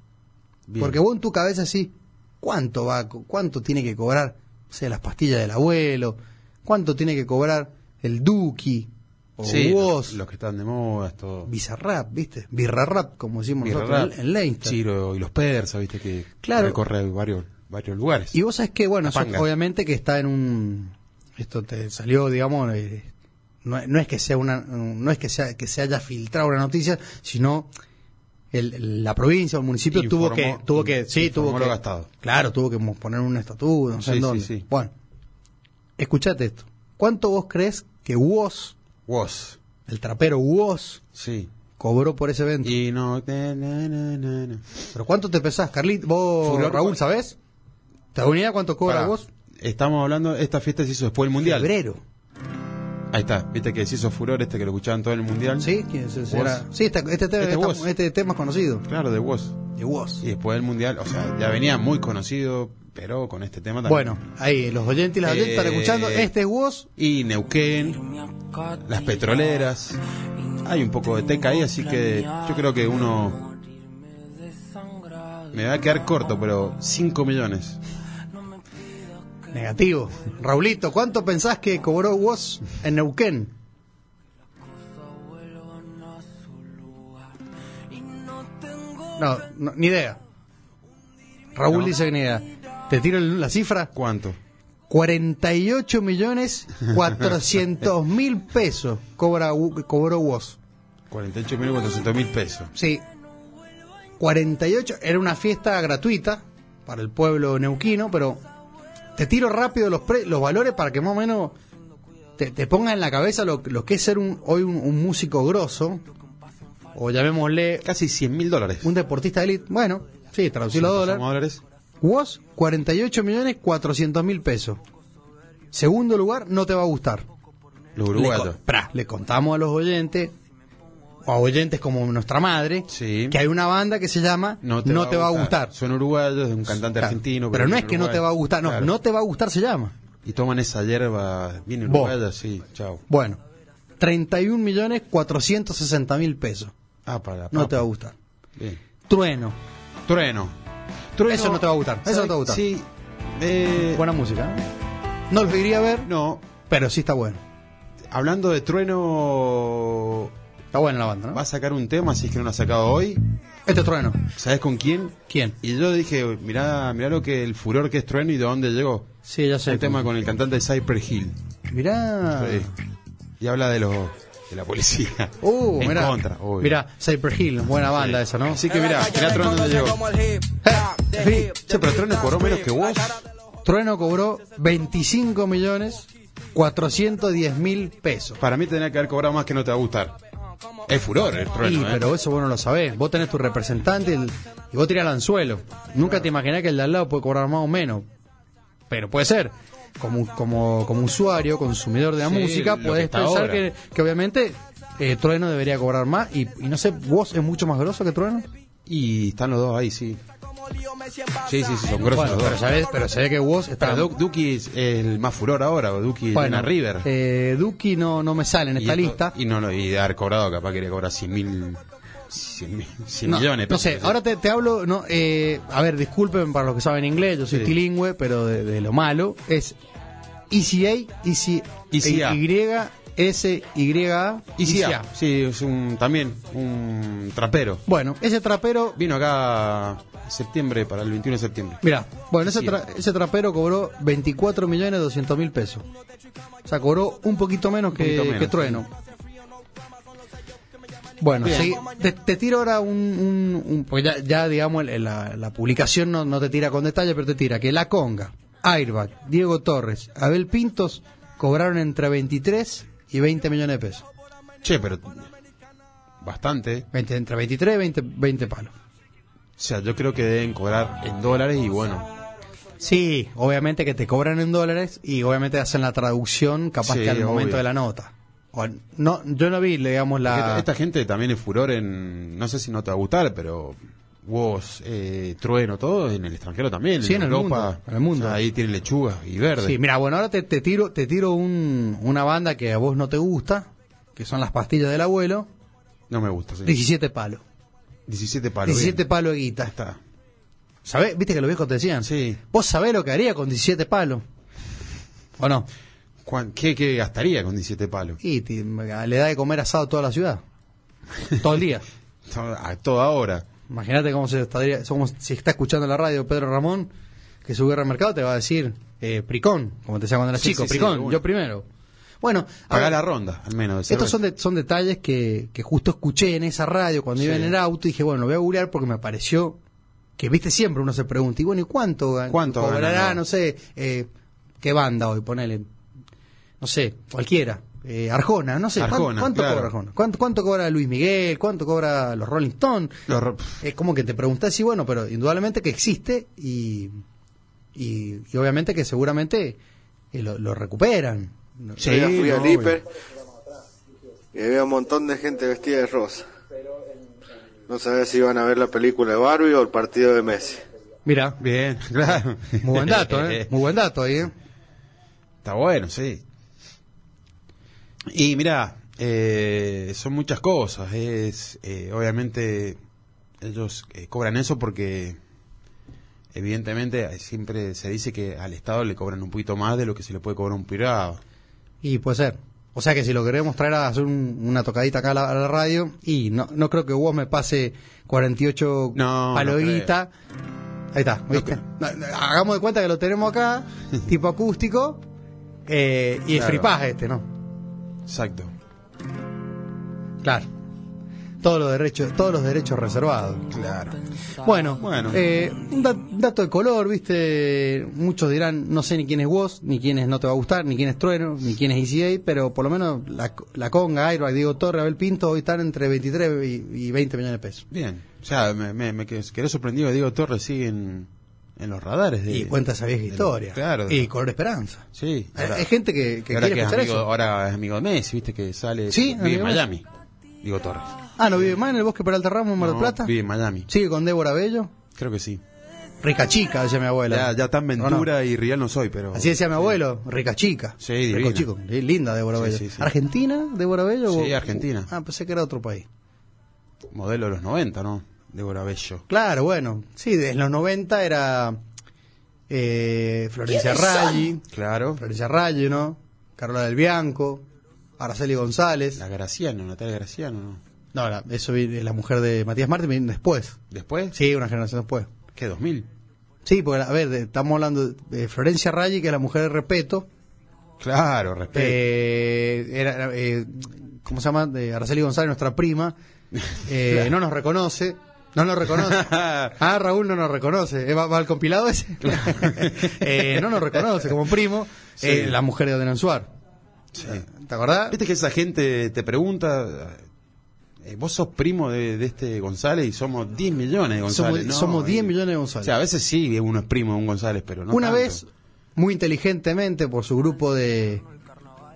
[SPEAKER 2] Bien.
[SPEAKER 1] Porque vos en tu cabeza sí, ¿cuánto va, a co- cuánto tiene que cobrar, o sea, las pastillas del abuelo, cuánto tiene que cobrar el Duki, o
[SPEAKER 2] Sí,
[SPEAKER 1] vos,
[SPEAKER 2] los, los que están de moda, todo.
[SPEAKER 1] Bizarrap, ¿viste? Birrarap, como decimos
[SPEAKER 2] Birra
[SPEAKER 1] nosotros
[SPEAKER 2] Rap,
[SPEAKER 1] en, en Leinster.
[SPEAKER 2] Chiro y los persas, viste que
[SPEAKER 1] Claro.
[SPEAKER 2] recorre varios, varios lugares.
[SPEAKER 1] Y vos sabés que, bueno,
[SPEAKER 2] La
[SPEAKER 1] eso
[SPEAKER 2] panga.
[SPEAKER 1] obviamente que está en un... Esto te salió, digamos, eh, no, no es que sea una no es que sea que se haya filtrado una noticia, sino el- el- la provincia o el municipio tuvo que
[SPEAKER 2] Informó-
[SPEAKER 1] tuvo que sí,
[SPEAKER 2] informó
[SPEAKER 1] tuvo
[SPEAKER 2] lo
[SPEAKER 1] que
[SPEAKER 2] gastado.
[SPEAKER 1] Claro, tuvo que mo- poner un estatuto, no sé
[SPEAKER 2] Sí,
[SPEAKER 1] en
[SPEAKER 2] sí,
[SPEAKER 1] dónde.
[SPEAKER 2] sí.
[SPEAKER 1] Bueno, escuchate esto. ¿Cuánto vos crees que Woz,
[SPEAKER 2] Vos,
[SPEAKER 1] el trapero Woz,
[SPEAKER 2] sí.
[SPEAKER 1] cobró por ese evento?
[SPEAKER 2] Y no... na, na, na, na, na.
[SPEAKER 1] ¿Pero cuánto te pesás, Carlit? ¿Vos,
[SPEAKER 2] Fulano,
[SPEAKER 1] Raúl,
[SPEAKER 2] ¿cuál?
[SPEAKER 1] sabés? ¿Te unidad cuánto cobra
[SPEAKER 2] Pará,
[SPEAKER 1] vos?
[SPEAKER 2] Estamos hablando, esta fiesta se hizo después del Mundial.
[SPEAKER 1] Febrero.
[SPEAKER 2] Ahí está, viste que se hizo furor este que lo escuchaban todo en el Mundial.
[SPEAKER 1] Sí, ¿quién es ese? Era-
[SPEAKER 2] Woz.
[SPEAKER 1] sí, está- este, te-
[SPEAKER 2] Este
[SPEAKER 1] esta-
[SPEAKER 2] Woz.
[SPEAKER 1] este tema es conocido.
[SPEAKER 2] Claro, de vos.
[SPEAKER 1] De Woz.
[SPEAKER 2] Y después del Mundial, o sea, ya venía muy conocido, pero con este tema también.
[SPEAKER 1] Bueno, ahí, los oyentes y las oyentes están
[SPEAKER 2] Eh,
[SPEAKER 1] escuchando. Este es Woz.
[SPEAKER 2] y Neuquén, las petroleras. Hay un poco de teca ahí, así que yo creo que uno. Me va a quedar corto, pero 5 millones.
[SPEAKER 1] Negativo. Raulito, ¿cuánto pensás que cobró Woz en Neuquén? No, no, ni idea. Raúl
[SPEAKER 2] No.
[SPEAKER 1] dice que ni idea. ¿Te tiro el- la cifra?
[SPEAKER 2] ¿Cuánto?
[SPEAKER 1] 48 millones 400 mil pesos cobra, Wo- cobró Woz.
[SPEAKER 2] 48 mil mil pesos.
[SPEAKER 1] Sí. 48 era una fiesta gratuita para el pueblo neuquino, pero te tiro rápido los pre- los valores para que más o menos te, te ponga en la cabeza lo, lo que es ser un, hoy un, un músico grosso, o llamémosle
[SPEAKER 2] Casi 100 mil dólares.
[SPEAKER 1] un deportista de élite. Bueno, sí, traducirlo a dólar.
[SPEAKER 2] Somos dólares.
[SPEAKER 1] Vos, 48 millones 400 mil pesos. Segundo lugar, no te va a gustar.
[SPEAKER 2] Los
[SPEAKER 1] Le,
[SPEAKER 2] uruguayos.
[SPEAKER 1] co- pra, le contamos a los oyentes, o a oyentes como nuestra madre,
[SPEAKER 2] Sí.
[SPEAKER 1] que hay una banda que se llama No te, va, a gustar.
[SPEAKER 2] Son uruguayos, de un cantante
[SPEAKER 1] Claro.
[SPEAKER 2] argentino.
[SPEAKER 1] Pero no
[SPEAKER 2] viene
[SPEAKER 1] es que no te
[SPEAKER 2] uruguayo.
[SPEAKER 1] va a gustar, no,
[SPEAKER 2] Claro.
[SPEAKER 1] no te va a gustar se llama.
[SPEAKER 2] Y toman esa hierba bien
[SPEAKER 1] Vos.
[SPEAKER 2] uruguaya, sí, chao.
[SPEAKER 1] Bueno, 31 millones 460 mil pesos.
[SPEAKER 2] Ah, para.
[SPEAKER 1] No
[SPEAKER 2] papa.
[SPEAKER 1] te va a gustar.
[SPEAKER 2] Bien.
[SPEAKER 1] Trueno.
[SPEAKER 2] Trueno.
[SPEAKER 1] Eso no te va a gustar, eso no te va a gustar.
[SPEAKER 2] Sí. eh,
[SPEAKER 1] Buena música. ¿eh? No los iría a ver,
[SPEAKER 2] no.
[SPEAKER 1] pero sí está bueno.
[SPEAKER 2] Hablando de Trueno,
[SPEAKER 1] Está buena la banda,
[SPEAKER 2] va
[SPEAKER 1] ¿no?
[SPEAKER 2] a sacar un tema, si es que no lo ha sacado hoy.
[SPEAKER 1] Este es Trueno.
[SPEAKER 2] ¿Sabes con quién?
[SPEAKER 1] ¿Quién?
[SPEAKER 2] Y yo dije, mirá, mirá lo que el furor que es Trueno y de dónde llegó.
[SPEAKER 1] Sí, Ah. ya sé.
[SPEAKER 2] El tema con el cantante de Cyper Hill.
[SPEAKER 1] Mirá.
[SPEAKER 2] Sí. Y habla de los de la policía.
[SPEAKER 1] Uh,
[SPEAKER 2] en
[SPEAKER 1] mirá,
[SPEAKER 2] contra, obvio.
[SPEAKER 1] mirá, Cyper Hill, buena banda esa, ¿no?
[SPEAKER 2] Así que mirá, mirá Tron donde llegó.
[SPEAKER 1] Eh, sí.
[SPEAKER 2] Che, pero Tron le cobró menos que vos.
[SPEAKER 1] Trueno cobró 25 millones 410 mil pesos.
[SPEAKER 2] Para mí tendría que haber cobrado más que no te va a gustar. Es furor el trueno.
[SPEAKER 1] y,
[SPEAKER 2] ¿eh?
[SPEAKER 1] pero eso vos no lo sabés. Vos tenés tu representante y, el- y vos tirás el anzuelo. Nunca te imaginás que el de al lado puede cobrar más o menos. Pero puede ser. Como, como, como usuario, consumidor de la
[SPEAKER 2] Sí,
[SPEAKER 1] música,
[SPEAKER 2] lo que
[SPEAKER 1] podés
[SPEAKER 2] está
[SPEAKER 1] pensar
[SPEAKER 2] ahora.
[SPEAKER 1] que, que obviamente eh, Trueno debería cobrar más. Y, y no sé, ¿vos es mucho más grosso que Trueno?
[SPEAKER 2] Y están los dos ahí, sí. Sí, sí, sí, son grosos
[SPEAKER 1] Bueno,
[SPEAKER 2] los
[SPEAKER 1] pero
[SPEAKER 2] dos.
[SPEAKER 1] sabés, pero se ve que vos está...
[SPEAKER 2] Pero Du- Duki es el más furor ahora, o Duki de
[SPEAKER 1] Bueno,
[SPEAKER 2] una River.
[SPEAKER 1] eh, Duki no, no me sale en
[SPEAKER 2] Y
[SPEAKER 1] esta
[SPEAKER 2] esto-
[SPEAKER 1] lista.
[SPEAKER 2] Y no lo y de haber cobrado, capaz que le cobra 100 mil. 100, mil- 100
[SPEAKER 1] no,
[SPEAKER 2] millones.
[SPEAKER 1] No sé, ahora te, te hablo, no, eh, a ver, disculpen para los que saben inglés, yo soy
[SPEAKER 2] Sí.
[SPEAKER 1] tilingüe, pero de, de lo malo, es ECA, ECA,
[SPEAKER 2] ECA.
[SPEAKER 1] Y, S, Y, A,
[SPEAKER 2] Y sí,
[SPEAKER 1] ECA.
[SPEAKER 2] sí, es un, también un trapero.
[SPEAKER 1] Bueno, ese trapero,
[SPEAKER 2] Vino acá en septiembre, para el 21 de septiembre.
[SPEAKER 1] mirá, bueno, ese, tra-
[SPEAKER 2] ECA.
[SPEAKER 1] ese trapero cobró 24 millones 200 mil pesos. O sea, cobró un poquito menos que,
[SPEAKER 2] poquito menos,
[SPEAKER 1] que Trueno. Bueno,
[SPEAKER 2] Bien.
[SPEAKER 1] sí, te, te tiro ahora un... un- un- porque ya, ya, digamos, el- el- la, la publicación no, no te tira con detalle, pero te tira que La Conga, Airbag, Diego Torres, Abel Pintos cobraron entre 23 y 20 millones de pesos.
[SPEAKER 2] Che, pero. Bastante. ¿eh?
[SPEAKER 1] 20 entre 23 y 20, 20 palos.
[SPEAKER 2] O sea, yo creo que deben cobrar en dólares y bueno.
[SPEAKER 1] Sí, obviamente que te cobran en dólares y obviamente hacen la traducción capaz
[SPEAKER 2] Sí,
[SPEAKER 1] que al momento
[SPEAKER 2] obvio.
[SPEAKER 1] de la nota. O no, yo no vi, digamos, la...
[SPEAKER 2] Porque Esta gente también es furor en. No sé si no te va a gustar, pero. Woz, eh, Trueno, todo en el extranjero también.
[SPEAKER 1] Sí, en el mundo, en el mundo.
[SPEAKER 2] O sea, ahí tienen lechugas y verde.
[SPEAKER 1] Sí, mira, bueno, ahora te, te tiro, te tiro un- una banda que a vos no te gusta, que son las pastillas del abuelo,
[SPEAKER 2] no me gusta, sí.
[SPEAKER 1] 17 palos.
[SPEAKER 2] 17 palos.
[SPEAKER 1] 17
[SPEAKER 2] bien.
[SPEAKER 1] palos de guita.
[SPEAKER 2] Está.
[SPEAKER 1] ¿Sabés? ¿Viste que los viejos te decían?
[SPEAKER 2] Sí.
[SPEAKER 1] ¿Vos sabés lo que haría con 17 palos? ¿O no?
[SPEAKER 2] ¿Cuán- ¿Qué, qué gastaría con 17 palos?
[SPEAKER 1] Y te- le da de comer asado a toda la ciudad. Todo el día.
[SPEAKER 2] To- A toda hora.
[SPEAKER 1] Imagínate cómo se estaría, cómo si está escuchando la radio Pedro Ramón, que su guerra al mercado te va a decir, eh, Pricón, como te decía cuando eras
[SPEAKER 2] Sí,
[SPEAKER 1] chico,
[SPEAKER 2] sí, sí,
[SPEAKER 1] Pricón,
[SPEAKER 2] seguro.
[SPEAKER 1] yo primero. Bueno, a
[SPEAKER 2] Pagar
[SPEAKER 1] ver,
[SPEAKER 2] la ronda, al menos. de cerveza.
[SPEAKER 1] estos son, de- son detalles que, que justo escuché en esa radio cuando iba
[SPEAKER 2] Sí.
[SPEAKER 1] en el auto y dije, bueno, lo voy a googlear porque me pareció que, viste, siempre uno se pregunta, y bueno, ¿y cuánto, gan-
[SPEAKER 2] ¿Cuánto
[SPEAKER 1] cobrará?
[SPEAKER 2] ganará?
[SPEAKER 1] No sé, eh, ¿qué banda hoy? Ponele, no sé, cualquiera. Eh, Arjona, no sé, ¿cuán-
[SPEAKER 2] Arjona,
[SPEAKER 1] ¿cuánto,
[SPEAKER 2] claro.
[SPEAKER 1] cobra Arjona? ¿Cuánto, ¿Cuánto cobra Luis Miguel? ¿Cuánto cobra los Rolling Stones?
[SPEAKER 2] Los ro- pff,
[SPEAKER 1] Es como que te preguntás si, bueno, pero indudablemente que existe y, y, y obviamente que seguramente eh, lo, lo recuperan. No-
[SPEAKER 2] Sí,
[SPEAKER 3] Yo fui
[SPEAKER 2] no,
[SPEAKER 3] al hiper y había un montón de gente vestida de rosa. No sabía si iban a ver la película de Barbie o el partido de Messi.
[SPEAKER 1] Mira,
[SPEAKER 2] Bien, claro.
[SPEAKER 1] muy buen dato, ¿eh? Muy buen dato ahí, ¿eh?
[SPEAKER 2] Está bueno, sí. Y mirá, eh, son muchas cosas. Es eh, Obviamente ellos eh, cobran eso porque evidentemente eh, siempre se dice que al Estado le cobran un poquito más de lo que se le puede cobrar a un privado.
[SPEAKER 1] Y puede ser. O sea que si lo queremos traer a hacer un- una tocadita acá a la, a la radio, y no, no creo que vos me pase 48
[SPEAKER 2] No, no
[SPEAKER 1] paloguita. Ahí está, ¿viste? No, no, Hagamos de cuenta que lo tenemos acá, tipo acústico, eh, y es
[SPEAKER 2] Claro.
[SPEAKER 1] fripaje este, ¿no?
[SPEAKER 2] Exacto.
[SPEAKER 1] Claro. Todos los derechos, todos los derechos reservados.
[SPEAKER 2] Claro.
[SPEAKER 1] Bueno,
[SPEAKER 2] Bueno.
[SPEAKER 1] eh, un da- dato de color, viste, muchos dirán, no sé ni quién es vos, ni quién es No Te Va a Gustar, ni quién es Trueno, ni quién es ECA, pero por lo menos la, la Conga, Airbag, Diego Torre, Abel Pinto, hoy están entre 23 y, y 20 millones de pesos.
[SPEAKER 2] Bien. O sea, me, me, me quedé quedé sorprendido. Diego Torres sigue en, en los radares. De,
[SPEAKER 1] y cuenta esa vieja
[SPEAKER 2] de los-
[SPEAKER 1] historia.
[SPEAKER 2] claro.
[SPEAKER 1] Y Color Esperanza.
[SPEAKER 2] Sí.
[SPEAKER 1] Hay- hay gente que- que
[SPEAKER 2] ahora
[SPEAKER 1] quiere
[SPEAKER 2] es
[SPEAKER 1] escuchar
[SPEAKER 2] amigo,
[SPEAKER 1] eso.
[SPEAKER 2] Ahora es amigo de Messi, viste que sale.
[SPEAKER 1] Sí,
[SPEAKER 2] vive en
[SPEAKER 1] amigo de
[SPEAKER 2] Miami. Diego Torres.
[SPEAKER 1] Ah, ¿no vive más en el Bosque para Ramos, en Mar del
[SPEAKER 2] No,
[SPEAKER 1] Plata?
[SPEAKER 2] Vive en Miami.
[SPEAKER 1] Sigue con Débora Bello.
[SPEAKER 2] Creo que sí.
[SPEAKER 1] Rica chica, decía mi abuela.
[SPEAKER 2] Ya, ya tan
[SPEAKER 1] ¿O no?
[SPEAKER 2] Ventura y Rial no soy, pero.
[SPEAKER 1] Así decía mi abuelo, rica chica.
[SPEAKER 2] Sí,
[SPEAKER 1] Rico
[SPEAKER 2] divina.
[SPEAKER 1] chico. Sí, linda Débora
[SPEAKER 2] Sí,
[SPEAKER 1] Bello.
[SPEAKER 2] sí, sí.
[SPEAKER 1] ¿Argentina, Débora Bello?
[SPEAKER 2] Sí,
[SPEAKER 1] o-
[SPEAKER 2] Argentina.
[SPEAKER 1] Ah, pensé que era otro país.
[SPEAKER 2] Modelo de los 90, ¿no? Débora Bello.
[SPEAKER 1] Claro, bueno. Sí, desde los 90 era eh, Florencia Raggi.
[SPEAKER 2] Claro.
[SPEAKER 1] Florencia Raggi, ¿no? Carola del Bianco. Araceli González.
[SPEAKER 2] La Graciano, Natalia Graciano, ¿no?
[SPEAKER 1] No, la- eso vi- es la mujer de Matías Martín vino después.
[SPEAKER 2] Después,
[SPEAKER 1] Sí, una generación después.
[SPEAKER 2] ¿qué? 2000.
[SPEAKER 1] Sí, porque, a ver, de- estamos hablando de Florencia Raggi, que es la mujer de Repeto.
[SPEAKER 2] Claro, respeto.
[SPEAKER 1] Eh, era, eh, ¿cómo se llama? De Araceli González, nuestra prima, eh, no nos reconoce. No nos reconoce. Ah, Raúl no nos reconoce. Eh, ¿Va, va al compilado ese? Eh, no nos reconoce como primo. eh, la mujer de Don Anzuar. ¿Te acordás?
[SPEAKER 2] Viste que esa gente te pregunta, eh, vos sos primo de, de este González y somos 10 millones de González.
[SPEAKER 1] somos,
[SPEAKER 2] ¿no?
[SPEAKER 1] somos 10
[SPEAKER 2] Y-
[SPEAKER 1] millones de
[SPEAKER 2] O
[SPEAKER 1] González.
[SPEAKER 2] sea, a veces sí uno es primo de un González, pero no
[SPEAKER 1] Una
[SPEAKER 2] tanto.
[SPEAKER 1] vez, muy inteligentemente por su grupo de,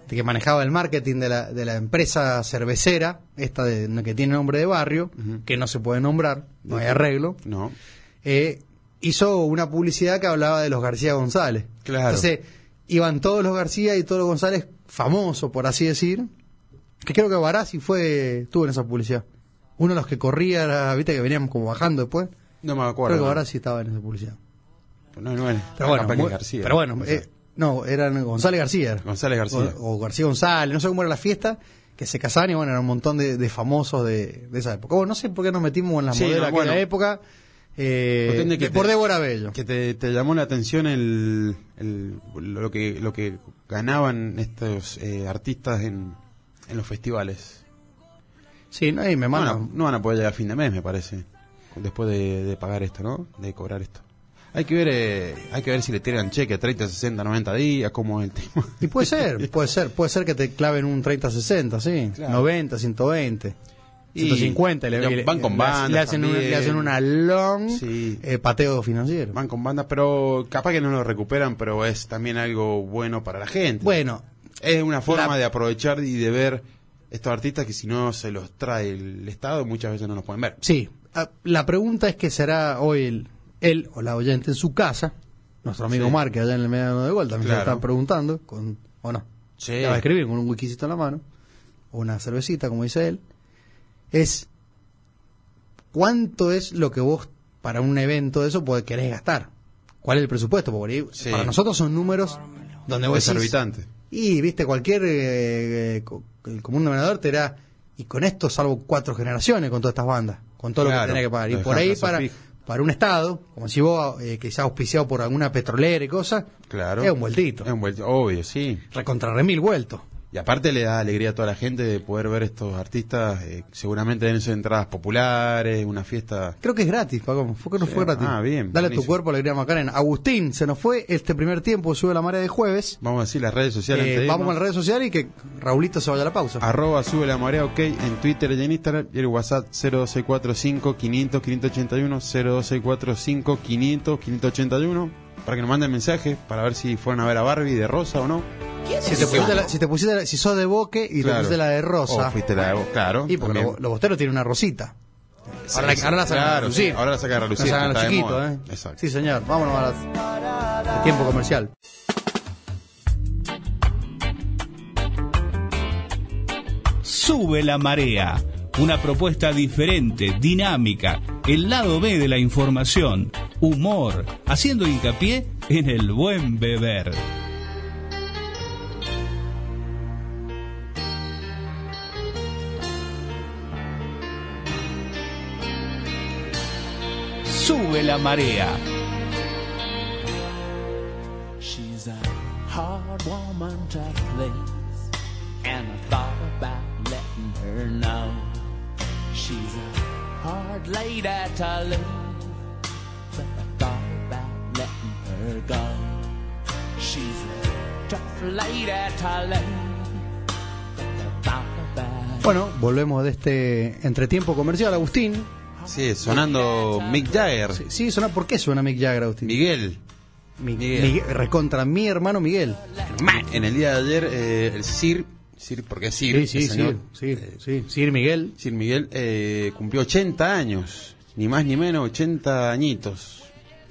[SPEAKER 1] de que manejaba el marketing de la, de la empresa cervecera, esta de, que tiene nombre de barrio, que no se puede nombrar, no hay arreglo,
[SPEAKER 2] No.
[SPEAKER 1] eh, hizo una publicidad que hablaba de los García González.
[SPEAKER 2] Claro.
[SPEAKER 1] Entonces, iban todos los García y todos los González famosos, por así decir, que creo que Barassi fue, estuvo en esa publicidad. Uno de los que corría, era- viste que veníamos como bajando después,
[SPEAKER 2] No me
[SPEAKER 1] creo
[SPEAKER 2] acuerdo.
[SPEAKER 1] que Barassi estaba en esa publicidad.
[SPEAKER 2] No, no es.
[SPEAKER 1] Pero bueno,
[SPEAKER 2] capaz que
[SPEAKER 1] mu-
[SPEAKER 2] García.
[SPEAKER 1] pero bueno,
[SPEAKER 2] O sea,
[SPEAKER 1] eh, no, eran González García. era.
[SPEAKER 2] González García.
[SPEAKER 1] O, o García González, no sé cómo era la fiesta, que se casaban y bueno, eran un montón de, de famosos de, de esa época. Bueno, no sé por qué nos metimos en las
[SPEAKER 2] Sí,
[SPEAKER 1] modelos
[SPEAKER 2] no,
[SPEAKER 1] de aquella
[SPEAKER 2] bueno.
[SPEAKER 1] época. eh,
[SPEAKER 2] Cuestión de que
[SPEAKER 1] de- por
[SPEAKER 2] te-
[SPEAKER 1] Débora Bello.
[SPEAKER 2] que te, te llamó la atención el, el- lo que lo que ganaban estos eh, artistas en, en los festivales.
[SPEAKER 1] Sí, no, y me
[SPEAKER 2] No van, a,
[SPEAKER 1] mandan.
[SPEAKER 2] no van a poder llegar a fin de mes, me parece. Después de, de pagar esto, ¿no? De cobrar esto. Hay que ver, eh, hay que ver si le tiran cheque a 30, 60, 90 días, cómo es el tema.
[SPEAKER 1] Y puede ser, puede ser, puede ser que te claven un 30-60, sí,
[SPEAKER 2] Claro.
[SPEAKER 1] 90, 120.
[SPEAKER 2] Y
[SPEAKER 1] 150 le,
[SPEAKER 2] lo-
[SPEAKER 1] le-
[SPEAKER 2] van con
[SPEAKER 1] le-
[SPEAKER 2] bandas
[SPEAKER 1] le hacen, un- le
[SPEAKER 2] también.
[SPEAKER 1] hacen una long
[SPEAKER 2] Sí.
[SPEAKER 1] eh, pateo financiero.
[SPEAKER 2] Van con bandas, pero capaz que no lo recuperan, pero es también algo bueno para la gente.
[SPEAKER 1] Bueno,
[SPEAKER 2] Es una forma
[SPEAKER 1] La-
[SPEAKER 2] de aprovechar y de ver estos artistas que si no se los trae el Estado, muchas veces no los pueden ver.
[SPEAKER 1] Sí, Ah, la pregunta es que será hoy el- él o la oyente en su casa, nuestro amigo
[SPEAKER 2] Sí.
[SPEAKER 1] Marque allá en el mediano de gol también se lo
[SPEAKER 2] Claro.
[SPEAKER 1] están preguntando, con, o no,
[SPEAKER 2] Sí.
[SPEAKER 1] le va a escribir con un wikisito en la mano, o una cervecita como dice él, es cuánto es lo que vos para un evento de eso podés, querés gastar, cuál es el presupuesto, porque ahí-
[SPEAKER 2] Sí.
[SPEAKER 1] para nosotros son números donde vos decís,
[SPEAKER 2] Exorbitante.
[SPEAKER 1] y viste, cualquier eh, eh, co- el común denominador te era, y con esto salvo cuatro generaciones con todas estas bandas, con todo lo que
[SPEAKER 2] Claro,
[SPEAKER 1] tenés que pagar. Y
[SPEAKER 2] dejás
[SPEAKER 1] por ahí
[SPEAKER 2] eso
[SPEAKER 1] para,
[SPEAKER 2] fijo.
[SPEAKER 1] para un Estado, como si vos eh, que sea auspiciado por alguna petrolera y cosas,
[SPEAKER 2] Claro.
[SPEAKER 1] es un vueltito.
[SPEAKER 2] Es un vueltito, obvio, sí.
[SPEAKER 1] Recontra remil vuelto.
[SPEAKER 2] Y aparte le da alegría a toda la gente de poder ver estos artistas. eh, seguramente deben ser entradas populares, una fiesta.
[SPEAKER 1] Creo que es gratis, Paco. Fue que no
[SPEAKER 2] Sí.
[SPEAKER 1] fue gratis.
[SPEAKER 2] Ah, bien,
[SPEAKER 1] Dale a tu
[SPEAKER 2] buenísimo.
[SPEAKER 1] cuerpo alegría Macarena. Agustín, se nos fue este primer tiempo, sube la marea de jueves.
[SPEAKER 2] Vamos a decir las redes sociales.
[SPEAKER 1] Eh,
[SPEAKER 2] antes de
[SPEAKER 1] vamos a
[SPEAKER 2] irnos.
[SPEAKER 1] las redes sociales y que Raulito se vaya a la pausa.
[SPEAKER 2] Arroba sube la marea ok en Twitter y en Instagram y el WhatsApp 02645 500 581 02645 500 581 para que nos manden mensajes para ver si fueron a ver a Barbie de Rosa o no.
[SPEAKER 1] si, te pusiste la- si te pusiste la- si sos de Boque y te
[SPEAKER 2] Claro.
[SPEAKER 1] pusiste la de Rosa.
[SPEAKER 2] O fuiste la de Bo- claro.
[SPEAKER 1] Y porque
[SPEAKER 2] también.
[SPEAKER 1] los, los bosteros tienen una rosita.
[SPEAKER 2] Sí,
[SPEAKER 1] Ahora,
[SPEAKER 2] sí,
[SPEAKER 1] ahora la sacan a
[SPEAKER 2] claro,
[SPEAKER 1] relucir.
[SPEAKER 2] sí, ahora la sacan a relucir,
[SPEAKER 1] La sacan a
[SPEAKER 2] que
[SPEAKER 1] los
[SPEAKER 2] está de
[SPEAKER 1] chiquitos,
[SPEAKER 2] moda.
[SPEAKER 1] ¿eh?
[SPEAKER 2] Exacto.
[SPEAKER 1] Sí, señor. Vámonos a la- al tiempo comercial.
[SPEAKER 4] Sube la marea. Una propuesta diferente, dinámica, el lado B de la información, humor, haciendo hincapié en el buen beber. Sube la marea.
[SPEAKER 5] She's a hard woman to please, and I thought about letting her know. She's a hard lady to lose, but I thought about letting her go. She's a tough lady to lose, but I thought about
[SPEAKER 1] Bueno, volvemos de este entretiempo comercial. Agustín.
[SPEAKER 2] Sí, sonando Mick Jagger,
[SPEAKER 1] Sí, Sí, suena, ¿por qué suena Mick Jagger, Agustín?
[SPEAKER 2] Miguel.
[SPEAKER 1] Mi-
[SPEAKER 2] Miguel.
[SPEAKER 1] Miguel- recontra mi hermano Miguel.
[SPEAKER 2] En el día de ayer, eh, el Sir, Sir, porque es Sir,
[SPEAKER 1] Sí, sí,
[SPEAKER 2] el señor, Eh,
[SPEAKER 1] sí. Sí, sí. Sir Miguel.
[SPEAKER 2] Sir Miguel eh, cumplió 80 años, ni más ni menos, 80 añitos.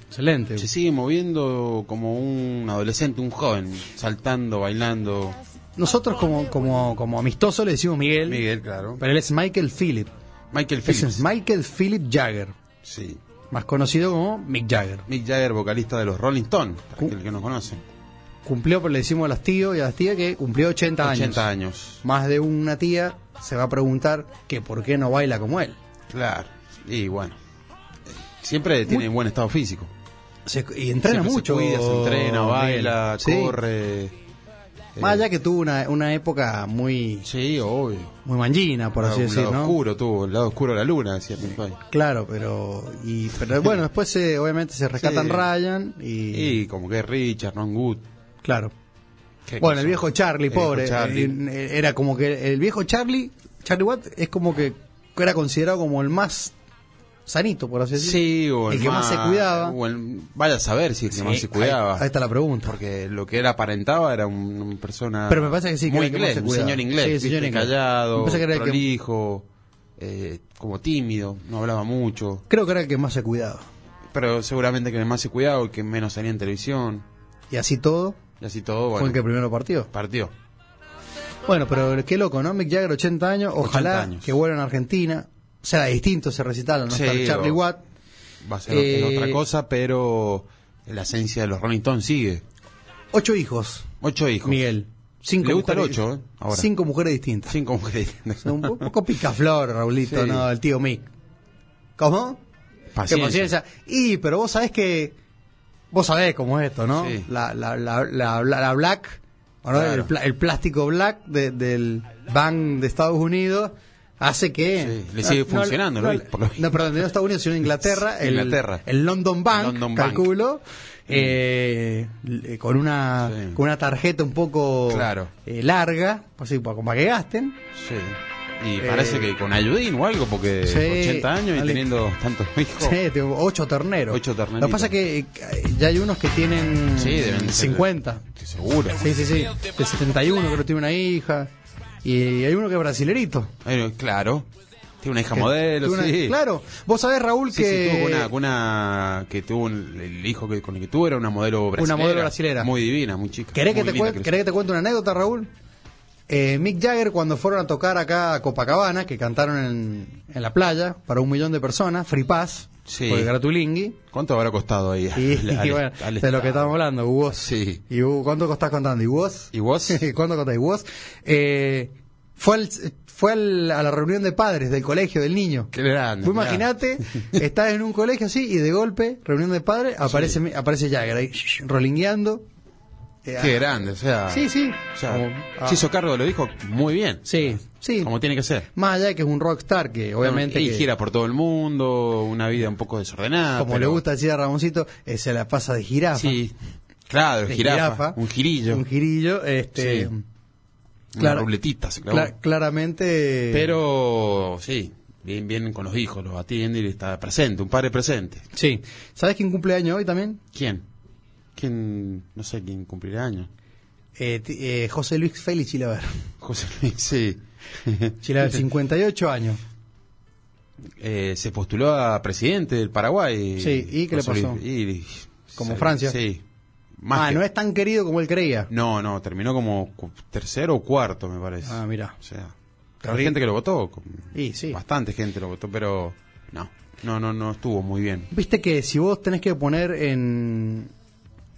[SPEAKER 1] Excelente.
[SPEAKER 2] Se sigue moviendo como un adolescente, un joven, saltando, bailando.
[SPEAKER 1] Nosotros, como, como, como amistoso, le decimos Miguel.
[SPEAKER 2] Miguel, claro.
[SPEAKER 1] Pero él es Michael Philip.
[SPEAKER 2] Michael
[SPEAKER 1] Ese es
[SPEAKER 2] Phillips.
[SPEAKER 1] Michael Philip Jagger.
[SPEAKER 2] Sí.
[SPEAKER 1] Más conocido como Mick Jagger.
[SPEAKER 2] Mick Jagger, vocalista de los Rolling Stones, para
[SPEAKER 1] Cu-
[SPEAKER 2] aquel que no conoce.
[SPEAKER 1] cumplió, pero le decimos a las tíos y a las tías que cumplió 80,
[SPEAKER 2] 80
[SPEAKER 1] años.
[SPEAKER 2] años.
[SPEAKER 1] Más de una tía se va a preguntar que por qué no baila como él.
[SPEAKER 2] Claro. Y bueno. eh, Siempre tiene buen estado físico.
[SPEAKER 1] Se- y entrena
[SPEAKER 2] Siempre se
[SPEAKER 1] mucho.
[SPEAKER 2] cuida, se entrena, Eh.
[SPEAKER 1] Miguel.
[SPEAKER 2] baila,
[SPEAKER 1] Sí.
[SPEAKER 2] corre.
[SPEAKER 1] Más allá que tuvo una, una época muy,
[SPEAKER 2] Sí, obvio.
[SPEAKER 1] muy mangina, por así
[SPEAKER 2] un
[SPEAKER 1] decir,
[SPEAKER 2] lado
[SPEAKER 1] ¿no?
[SPEAKER 2] oscuro tuvo, el lado oscuro de la luna, decía mi padre.
[SPEAKER 1] Claro, pero, y, pero bueno, después se- obviamente se rescatan
[SPEAKER 2] Sí.
[SPEAKER 1] Ryan y,
[SPEAKER 2] Y como que Richard, Ron Good.
[SPEAKER 1] Claro.
[SPEAKER 2] Qué
[SPEAKER 1] Bueno,
[SPEAKER 2] cosa.
[SPEAKER 1] el viejo Charlie,
[SPEAKER 2] El viejo
[SPEAKER 1] pobre.
[SPEAKER 2] Charlie.
[SPEAKER 1] eh, Era como que el viejo Charlie, Charlie Watt, es como que era considerado como el más sanito, por así decir.
[SPEAKER 2] Sí, o
[SPEAKER 1] eh, el que más se cuidaba.
[SPEAKER 2] o el- vaya a saber si el que más se cuidaba.
[SPEAKER 1] Ahí, ahí está la pregunta.
[SPEAKER 2] Porque lo que él aparentaba era un- una persona.
[SPEAKER 1] Pero me parece que sí, que era
[SPEAKER 2] Muy
[SPEAKER 1] el que más
[SPEAKER 2] inglés,
[SPEAKER 1] se
[SPEAKER 2] un
[SPEAKER 1] cuidaba.
[SPEAKER 2] señor inglés.
[SPEAKER 1] Sí,
[SPEAKER 2] viste,
[SPEAKER 1] señor inglés. Me
[SPEAKER 2] Callado,
[SPEAKER 1] parece que era el que-
[SPEAKER 2] prolijo, eh, como tímido, no hablaba mucho.
[SPEAKER 1] Creo que era el que más se cuidaba.
[SPEAKER 2] Pero seguramente que el más se cuidaba, el que menos salía en televisión.
[SPEAKER 1] Y así todo,
[SPEAKER 2] Y así todo,
[SPEAKER 1] fue
[SPEAKER 2] bueno.
[SPEAKER 1] el que primero partió.
[SPEAKER 2] Partió.
[SPEAKER 1] Bueno, pero qué loco, ¿no? Mick Jagger, 80 años. Ojalá
[SPEAKER 2] 80 años.
[SPEAKER 1] que vuelvan a Argentina. Será distinto ese recital, al ¿no?
[SPEAKER 2] Sí,
[SPEAKER 1] estar Charlie
[SPEAKER 2] o-
[SPEAKER 1] Watt.
[SPEAKER 2] Va a ser
[SPEAKER 1] Eh,
[SPEAKER 2] en otra cosa, pero la esencia de los Rolling Stones sigue.
[SPEAKER 1] Ocho hijos,
[SPEAKER 2] Ocho hijos.
[SPEAKER 1] Miguel. Cinco
[SPEAKER 2] Le gusta el
[SPEAKER 1] mujeres-
[SPEAKER 2] ocho, ¿eh? Ahora.
[SPEAKER 1] Cinco mujeres distintas.
[SPEAKER 2] Cinco mujeres.
[SPEAKER 1] Un po- poco picaflor, Raulito,
[SPEAKER 2] Sí.
[SPEAKER 1] ¿no? El tío Mick. ¿Cómo?
[SPEAKER 2] Paciencia.
[SPEAKER 1] Qué paciencia. Y, pero vos sabés que. Vos sabés cómo es esto, ¿no?
[SPEAKER 2] Sí.
[SPEAKER 1] La, la, la, la, la- la black, ¿o no?
[SPEAKER 2] Claro.
[SPEAKER 1] el, pla- el plástico black de- del Bank de Estados Unidos hace que. Ah,
[SPEAKER 2] Sí, le sigue funcionando, ¿no?
[SPEAKER 1] No,
[SPEAKER 2] Por lo-
[SPEAKER 1] no, perdón, no Estados Unidos, sino Inglaterra. El,
[SPEAKER 2] Inglaterra.
[SPEAKER 1] El London Bank,
[SPEAKER 2] London Bank.
[SPEAKER 1] calculo. eh, eh, con una
[SPEAKER 2] Sí.
[SPEAKER 1] con una tarjeta un poco
[SPEAKER 2] Claro.
[SPEAKER 1] eh, larga, así, para, para que gasten.
[SPEAKER 2] Sí. Y
[SPEAKER 1] Eh,
[SPEAKER 2] parece que con ayudín o algo, porque
[SPEAKER 1] Sí,
[SPEAKER 2] 80 años
[SPEAKER 1] dale.
[SPEAKER 2] y teniendo tantos hijos.
[SPEAKER 1] Sí, tengo ocho terneros.
[SPEAKER 2] Ocho terneritos.
[SPEAKER 1] Lo que pasa es que eh, ya hay unos que tienen
[SPEAKER 2] Sí, deben ser-
[SPEAKER 1] 50.
[SPEAKER 2] Estoy seguro.
[SPEAKER 1] Sí, sí, sí. El 71 creo que tiene una hija. Y hay uno que es brasilerito.
[SPEAKER 2] Ay, claro. Tiene una hija
[SPEAKER 1] Que
[SPEAKER 2] modelo,
[SPEAKER 1] tuvo una-
[SPEAKER 2] sí.
[SPEAKER 1] Claro. Vos sabés, Raúl,
[SPEAKER 2] Sí,
[SPEAKER 1] que...
[SPEAKER 2] sí, tuvo una, una- que tuvo un- el hijo que, con el que tuvo era una modelo brasilera.
[SPEAKER 1] modelo brasilera.
[SPEAKER 2] Muy divina, muy chica.
[SPEAKER 1] ¿Querés,
[SPEAKER 2] muy
[SPEAKER 1] que te
[SPEAKER 2] linda
[SPEAKER 1] cuen-
[SPEAKER 2] creció.
[SPEAKER 1] querés que te cuente una anécdota, Raúl? Eh, Mick Jagger, cuando fueron a tocar acá a Copacabana, que cantaron en, en la playa para un millón de personas, Free Pass,
[SPEAKER 2] Sí.
[SPEAKER 1] por el Gratulingui,
[SPEAKER 2] ¿Cuánto habrá costado
[SPEAKER 1] Y,
[SPEAKER 2] ahí? al-
[SPEAKER 1] y
[SPEAKER 2] al-
[SPEAKER 1] bueno, de
[SPEAKER 2] al
[SPEAKER 1] lo que
[SPEAKER 2] Estado?
[SPEAKER 1] estamos hablando, Hugo.
[SPEAKER 2] Sí.
[SPEAKER 1] ¿Y Hugo, cuánto estás contando? ¿Y vos?
[SPEAKER 2] ¿Y vos?
[SPEAKER 1] ¿Cuánto contás? ¿Y vos? Eh, fue al- fue al- a la reunión de padres del colegio del niño.
[SPEAKER 2] Qué grande,
[SPEAKER 1] Vos
[SPEAKER 2] mirá.
[SPEAKER 1] imaginate, estás en un colegio así y de golpe, reunión de padres, aparece, aparece Jagger ahí, shh, rolingueando. Eh,
[SPEAKER 2] Qué
[SPEAKER 1] ah,
[SPEAKER 2] grande, o sea.
[SPEAKER 1] Sí, sí.
[SPEAKER 2] O sea,
[SPEAKER 1] Como- ah,
[SPEAKER 2] se hizo cargo de los hijos muy bien.
[SPEAKER 1] Sí, sí.
[SPEAKER 2] Como tiene que ser.
[SPEAKER 1] Más allá de que es un rockstar que obviamente...
[SPEAKER 2] Y
[SPEAKER 1] que-
[SPEAKER 2] gira por todo el mundo, una vida un poco desordenada.
[SPEAKER 1] como
[SPEAKER 2] pero-
[SPEAKER 1] le gusta decir a Ramoncito, eh, se la pasa de jirafa.
[SPEAKER 2] Sí. Claro,
[SPEAKER 1] de
[SPEAKER 2] jirafa, Un girillo.
[SPEAKER 1] Un girillo, este...
[SPEAKER 2] Sí.
[SPEAKER 1] claro.
[SPEAKER 2] Una ruletita se clavó.
[SPEAKER 1] Cla- claramente.
[SPEAKER 2] Pero sí, bien, bien con los hijos, los atiende y está presente, un padre presente.
[SPEAKER 1] Sí. ¿Sabes quién cumple año hoy también?
[SPEAKER 2] ¿Quién? ¿Quién? No sé quién cumplirá año.
[SPEAKER 1] Eh, ti- eh, José Luis Félix Chilaver.
[SPEAKER 2] José Luis, sí.
[SPEAKER 1] Chilaver, 58 años.
[SPEAKER 2] Eh, se postuló a presidente del Paraguay.
[SPEAKER 1] Sí, ¿y qué le
[SPEAKER 2] José
[SPEAKER 1] pasó?
[SPEAKER 2] Luis- y-
[SPEAKER 1] Como
[SPEAKER 2] sí,
[SPEAKER 1] Francia.
[SPEAKER 2] Sí.
[SPEAKER 1] Ah,
[SPEAKER 2] que-
[SPEAKER 1] no es tan querido como él creía.
[SPEAKER 2] No, no, terminó como cu- tercero o cuarto, me parece.
[SPEAKER 1] Ah, mira.
[SPEAKER 2] O sea,
[SPEAKER 1] Terrible.
[SPEAKER 2] hay gente que lo votó. com-
[SPEAKER 1] Y sí.
[SPEAKER 2] Bastante gente lo votó, pero no. No, no, no estuvo muy bien.
[SPEAKER 1] Viste que si vos tenés que poner en,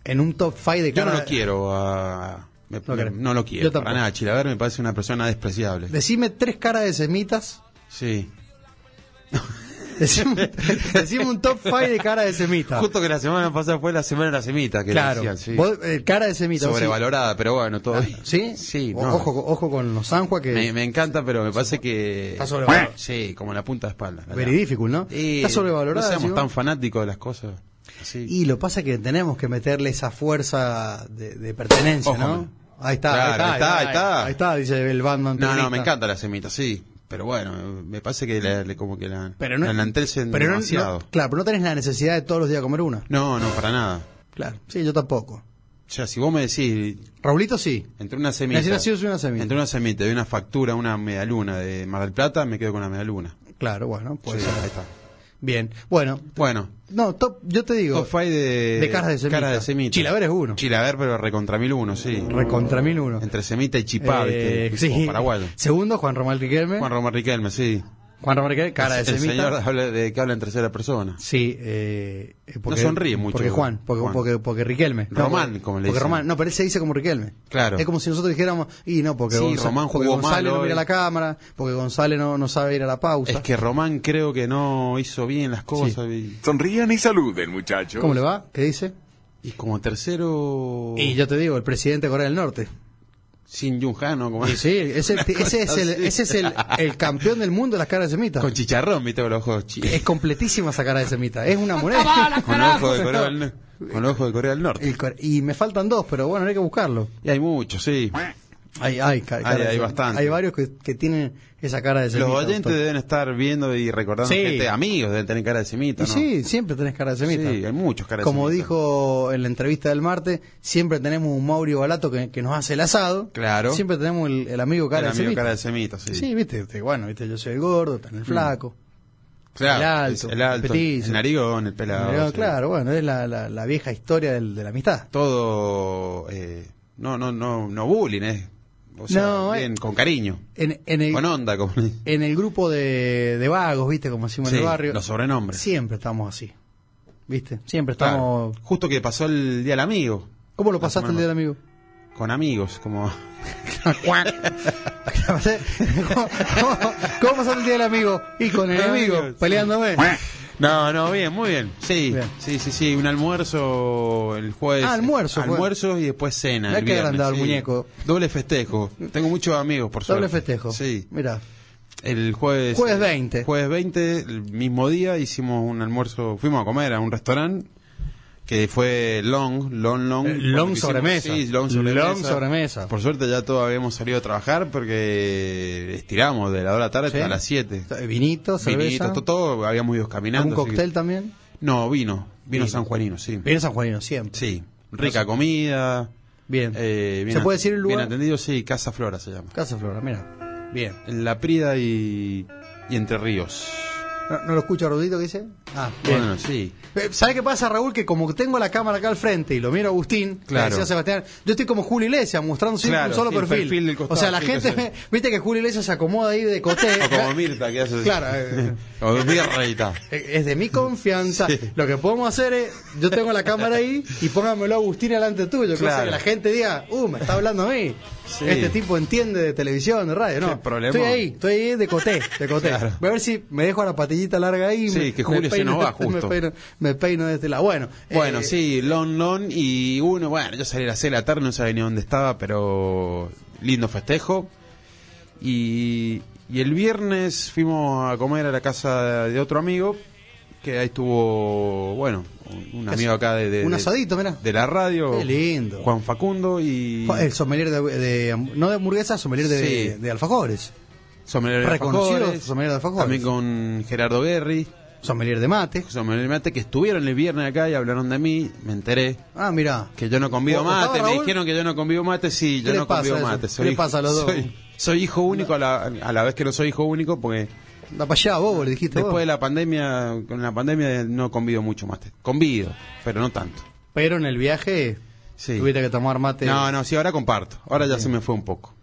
[SPEAKER 1] en un top 5 de
[SPEAKER 2] Yo no
[SPEAKER 1] cada.
[SPEAKER 2] lo quiero a... me-
[SPEAKER 1] eh, No
[SPEAKER 2] me-
[SPEAKER 1] querés.
[SPEAKER 2] no lo quiero,
[SPEAKER 1] Yo
[SPEAKER 2] para
[SPEAKER 1] tampoco.
[SPEAKER 2] nada. Chilaver me parece una persona despreciable.
[SPEAKER 1] Decime tres caras de semitas.
[SPEAKER 2] Sí.
[SPEAKER 1] Decime, decime un top 5 de cara de semitas.
[SPEAKER 2] Justo que la semana pasada fue la semana de la semita, que
[SPEAKER 1] claro.
[SPEAKER 2] decían, sí.
[SPEAKER 1] Vos, eh, cara de semitas. vos decís,
[SPEAKER 2] Sobrevalorada, pero bueno, todo bien.
[SPEAKER 1] ¿Sí?
[SPEAKER 2] Sí,
[SPEAKER 1] O-
[SPEAKER 2] no.
[SPEAKER 1] ojo, con- ojo con los Sanjua que.
[SPEAKER 2] me, me encanta, pero me parece que...
[SPEAKER 1] Está sobrevalorado.
[SPEAKER 2] Sí, como la punta de espalda. la
[SPEAKER 1] Very
[SPEAKER 2] verdad.
[SPEAKER 1] difficult, ¿no?
[SPEAKER 2] Eh,
[SPEAKER 1] Está sobrevalorada,
[SPEAKER 2] No seamos
[SPEAKER 1] ¿sí,
[SPEAKER 2] tan
[SPEAKER 1] vos?
[SPEAKER 2] fanáticos de las cosas. Sí.
[SPEAKER 1] Y lo pasa que tenemos que meterle esa fuerza de, de pertenencia,
[SPEAKER 2] Ojo,
[SPEAKER 1] ¿no?
[SPEAKER 2] man.
[SPEAKER 1] Ahí está,
[SPEAKER 2] Claro,
[SPEAKER 1] ahí está,
[SPEAKER 2] ahí está.
[SPEAKER 1] Ahí está, dice el Batman.
[SPEAKER 2] No, no,
[SPEAKER 1] peronista.
[SPEAKER 2] me encanta la semita, sí. Pero bueno, me parece que la, le- como que la,
[SPEAKER 1] Pero no,
[SPEAKER 2] la enaltecen
[SPEAKER 1] pero no-
[SPEAKER 2] demasiado.
[SPEAKER 1] no- claro, pero no tenés la necesidad de todos los días comer una.
[SPEAKER 2] No, no, para nada.
[SPEAKER 1] Claro, sí, yo tampoco.
[SPEAKER 2] O sea, si vos me decís,
[SPEAKER 1] Raulito sí.
[SPEAKER 2] entre una semita...
[SPEAKER 1] Necesitas sí o sí una semita.
[SPEAKER 2] Entre una semita y una factura, una medialuna de Mar del Plata, me quedo con la medialuna.
[SPEAKER 1] Claro, bueno, pues
[SPEAKER 2] Sí, ahí está.
[SPEAKER 1] bien. Bueno,
[SPEAKER 2] Bueno,
[SPEAKER 1] no, top, yo te digo.
[SPEAKER 2] top five de...
[SPEAKER 1] de caras de semita.
[SPEAKER 2] Caras de semita.
[SPEAKER 1] Chilaver es uno.
[SPEAKER 2] Chilaver, pero recontra mil uno, sí.
[SPEAKER 1] Recontra mil uno.
[SPEAKER 2] Entre semita y chipá,
[SPEAKER 1] Eh,
[SPEAKER 2] viste,
[SPEAKER 1] sí.
[SPEAKER 2] como paraguayo.
[SPEAKER 1] Segundo, Juan Román Riquelme.
[SPEAKER 2] Juan Román Riquelme, sí.
[SPEAKER 1] Juan Román Riquelme, cara de
[SPEAKER 2] el,
[SPEAKER 1] semita.
[SPEAKER 2] El señor habla de, que habla en tercera persona.
[SPEAKER 1] Sí, eh, eh,
[SPEAKER 2] No sonríe mucho,
[SPEAKER 1] Porque Juan, porque,
[SPEAKER 2] Juan.
[SPEAKER 1] porque, porque Riquelme. No,
[SPEAKER 2] Román,
[SPEAKER 1] porque-
[SPEAKER 2] como le
[SPEAKER 1] Porque
[SPEAKER 2] dicen.
[SPEAKER 1] Román, no, pero él se dice como Riquelme.
[SPEAKER 2] Claro.
[SPEAKER 1] Es como si nosotros dijéramos, y no, porque,
[SPEAKER 2] Sí,
[SPEAKER 1] Gonza-
[SPEAKER 2] Román
[SPEAKER 1] porque
[SPEAKER 2] jugó
[SPEAKER 1] González
[SPEAKER 2] mal
[SPEAKER 1] no mira
[SPEAKER 2] hoy.
[SPEAKER 1] la cámara, porque González no, no sabe ir a la pausa.
[SPEAKER 2] Es que Román creo que no hizo bien las cosas.
[SPEAKER 6] Sonrían y saluden, muchachos.
[SPEAKER 1] ¿Cómo le va? ¿Qué dice?
[SPEAKER 2] Y, y como tercero...
[SPEAKER 1] Y yo te digo, el presidente de Corea del Norte.
[SPEAKER 2] Sin Yunjano, como
[SPEAKER 1] Y sí, ese, ese es, el, ese es el, el campeón del mundo de las caras de semita.
[SPEAKER 2] Con chicharrón, viste, con los ojos chi-
[SPEAKER 1] Es completísima esa cara de semita. Es una moneda.
[SPEAKER 2] Con ojos de Corea del, Nor- con ojos de Corea del Norte.
[SPEAKER 1] El cor- y me faltan dos, pero bueno, hay que buscarlo.
[SPEAKER 2] Y hay muchos, sí.
[SPEAKER 1] Hay, hay, ca- cara de
[SPEAKER 2] hay
[SPEAKER 1] semita.
[SPEAKER 2] bastante.
[SPEAKER 1] Hay varios que, que tienen esa cara de semita.
[SPEAKER 2] Los oyentes
[SPEAKER 1] doctor.
[SPEAKER 2] deben estar viendo y recordando
[SPEAKER 1] Sí.
[SPEAKER 2] gente, amigos, deben tener cara de semita,
[SPEAKER 1] Y
[SPEAKER 2] ¿no?
[SPEAKER 1] sí, siempre tenés cara de semita.
[SPEAKER 2] Sí, hay muchos cara de
[SPEAKER 1] Como
[SPEAKER 2] semita.
[SPEAKER 1] dijo en la entrevista del martes, siempre tenemos un Maurio Balato que, que nos hace el asado.
[SPEAKER 2] Claro.
[SPEAKER 1] Siempre tenemos el, el amigo cara
[SPEAKER 2] El
[SPEAKER 1] de
[SPEAKER 2] amigo
[SPEAKER 1] semita.
[SPEAKER 2] cara de semita, sí. Mm.
[SPEAKER 1] Sí, viste, viste, bueno, viste, yo soy el gordo, está en el flaco.
[SPEAKER 2] Claro,
[SPEAKER 1] El alto,
[SPEAKER 2] es el alto,
[SPEAKER 1] petizo.
[SPEAKER 2] el narigón, el pelado.
[SPEAKER 1] Pero,
[SPEAKER 2] sí.
[SPEAKER 1] claro, bueno, es la, la- la vieja historia del- de la amistad.
[SPEAKER 2] Todo, eh, no, no, no, no bullying, eh. O sea,
[SPEAKER 1] No,
[SPEAKER 2] bien,
[SPEAKER 1] eh.
[SPEAKER 2] con cariño,
[SPEAKER 1] En, en el,
[SPEAKER 2] con onda, como le-
[SPEAKER 1] en el grupo de, de vagos, viste, como decimos en
[SPEAKER 2] Sí,
[SPEAKER 1] el barrio.
[SPEAKER 2] los sobrenombres.
[SPEAKER 1] Siempre estamos así. ¿Viste? Siempre
[SPEAKER 2] Claro.
[SPEAKER 1] estamos.
[SPEAKER 2] Justo que pasó el día del amigo,
[SPEAKER 1] ¿Cómo lo
[SPEAKER 2] La
[SPEAKER 1] pasaste el
[SPEAKER 2] semana
[SPEAKER 1] día del amigo?
[SPEAKER 2] con amigos, como
[SPEAKER 1] ¿Cómo, cómo pasaste el día del amigo? Y con el enemigo,
[SPEAKER 2] Amigos,
[SPEAKER 1] peleándome.
[SPEAKER 2] No, no, bien, muy bien. Sí,
[SPEAKER 1] Bien.
[SPEAKER 2] sí, sí, sí, un almuerzo el jueves.
[SPEAKER 1] Ah, almuerzo fue.
[SPEAKER 2] Almuerzo y después cena.
[SPEAKER 1] Mirá
[SPEAKER 2] el
[SPEAKER 1] qué
[SPEAKER 2] viernes,
[SPEAKER 1] agrandado el
[SPEAKER 2] sí.
[SPEAKER 1] muñeco.
[SPEAKER 2] Doble festejo. Tengo muchos amigos, por suerte.
[SPEAKER 1] Doble festejo.
[SPEAKER 2] Sí.
[SPEAKER 1] Mira,
[SPEAKER 2] El jueves.
[SPEAKER 1] Jueves
[SPEAKER 2] eh,
[SPEAKER 1] 20.
[SPEAKER 2] Jueves 20, el mismo día hicimos un almuerzo, fuimos a comer a un restaurante que fue long, long, long.
[SPEAKER 1] Eh, long
[SPEAKER 2] porque hicimos-
[SPEAKER 1] sobremesa.
[SPEAKER 2] Sí, long sobremesa.
[SPEAKER 1] Long sobremesa.
[SPEAKER 2] Por suerte ya todos habíamos salido a trabajar porque estiramos de la hora de la tarde
[SPEAKER 1] Sí.
[SPEAKER 2] hasta las 7.
[SPEAKER 1] vinito, cerveza.
[SPEAKER 2] Vinitos, todo, todo, habíamos ido caminando.
[SPEAKER 1] ¿Algún
[SPEAKER 2] así que-
[SPEAKER 1] cóctel también?
[SPEAKER 2] no, vino. Vino
[SPEAKER 1] Vino.
[SPEAKER 2] sanjuanino, sí.
[SPEAKER 1] Bien San Juanino, siempre.
[SPEAKER 2] Sí. Rica comida.
[SPEAKER 1] Bien.
[SPEAKER 2] eh, bien
[SPEAKER 1] ¿Se
[SPEAKER 2] at-
[SPEAKER 1] puede decir el lugar?
[SPEAKER 2] Bien atendido, sí. Casa Flora se llama.
[SPEAKER 1] Casa Flora, mira. Bien.
[SPEAKER 2] En La Prida y, y Entre Ríos.
[SPEAKER 1] ¿No, no lo escucho a Rudito que dice? Ah, bien.
[SPEAKER 2] Bueno, sí.
[SPEAKER 1] Eh, ¿Sabes qué pasa, Raúl? Que como tengo la cámara acá al frente y lo miro a Agustín, que
[SPEAKER 2] Claro.
[SPEAKER 1] decía Sebastián, yo estoy como Julio Iglesias, mostrando siempre
[SPEAKER 2] Claro,
[SPEAKER 1] un solo
[SPEAKER 2] sí, el
[SPEAKER 1] perfil.
[SPEAKER 2] perfil del costado,
[SPEAKER 1] o sea, la
[SPEAKER 2] sí,
[SPEAKER 1] gente,
[SPEAKER 2] que se-
[SPEAKER 1] viste que Julio Iglesias se acomoda ahí de coté.
[SPEAKER 2] O como Mirta, que hace.
[SPEAKER 1] Claro, eh.
[SPEAKER 2] o Mirta y tal.
[SPEAKER 1] Eh, Es de mi confianza.
[SPEAKER 2] Sí.
[SPEAKER 1] Lo que podemos hacer es, yo tengo la cámara ahí y póngamelo a Agustín delante tuyo. Claro.
[SPEAKER 2] Claro.
[SPEAKER 1] que la gente diga, uh, me está hablando a mí.
[SPEAKER 2] Sí.
[SPEAKER 1] Este tipo entiende de televisión, de radio,
[SPEAKER 2] Qué
[SPEAKER 1] ¿no?
[SPEAKER 2] problema.
[SPEAKER 1] Estoy ahí, estoy ahí de coté, de coté.
[SPEAKER 2] Claro.
[SPEAKER 1] Voy a ver si me dejo la patillita larga ahí. y
[SPEAKER 2] Sí,
[SPEAKER 1] me- me
[SPEAKER 2] que Julio se
[SPEAKER 1] peino-
[SPEAKER 2] nos va
[SPEAKER 1] Me
[SPEAKER 2] justo.
[SPEAKER 1] peino, me peino de este lado. Bueno,
[SPEAKER 2] Bueno,
[SPEAKER 1] eh,
[SPEAKER 2] sí, Lon Lon y uno, bueno, yo salí a las 6 de la tarde, no sabía ni dónde estaba, pero lindo festejo. Y, y el viernes fuimos a comer a la casa de otro amigo, que ahí estuvo, bueno, un- un amigo acá de, de-
[SPEAKER 1] Un
[SPEAKER 2] de-
[SPEAKER 1] asadito, mirá.
[SPEAKER 2] de la radio,
[SPEAKER 1] Qué lindo.
[SPEAKER 2] Juan Facundo y
[SPEAKER 1] Fa- El sommelier de, de- no de hamburguesa, sommelier de,
[SPEAKER 2] Sí.
[SPEAKER 1] de alfajores.
[SPEAKER 2] sommelier de
[SPEAKER 1] reconocido
[SPEAKER 2] alfajores,
[SPEAKER 1] sommelier de alfajores.
[SPEAKER 2] también con Gerardo Guerri,
[SPEAKER 1] Sommelier de mate.
[SPEAKER 2] sommelier de mate, que estuvieron el viernes acá y hablaron de mí, me enteré.
[SPEAKER 1] Ah, mirá.
[SPEAKER 2] Que yo no convivo
[SPEAKER 1] ¿O- o estaba
[SPEAKER 2] mate, me
[SPEAKER 1] Raúl?
[SPEAKER 2] dijeron que yo no convivo mate, sí, yo
[SPEAKER 1] ¿Qué
[SPEAKER 2] no
[SPEAKER 1] les pasa
[SPEAKER 2] convivo
[SPEAKER 1] eso?
[SPEAKER 2] mate.
[SPEAKER 1] ¿Qué
[SPEAKER 2] Soy,
[SPEAKER 1] les pasa a los dos?
[SPEAKER 2] Soy, soy hijo único a la, a la vez que no soy hijo único, porque
[SPEAKER 1] Da para allá, bobo, le dijiste
[SPEAKER 2] después
[SPEAKER 1] vos.
[SPEAKER 2] de la pandemia, con la pandemia no convivo mucho mate. Convido, pero no tanto.
[SPEAKER 1] Pero en el viaje
[SPEAKER 2] Sí.
[SPEAKER 1] tuviste que tomar mate.
[SPEAKER 2] No, no, sí, ahora comparto. Ahora ya se me fue un poco.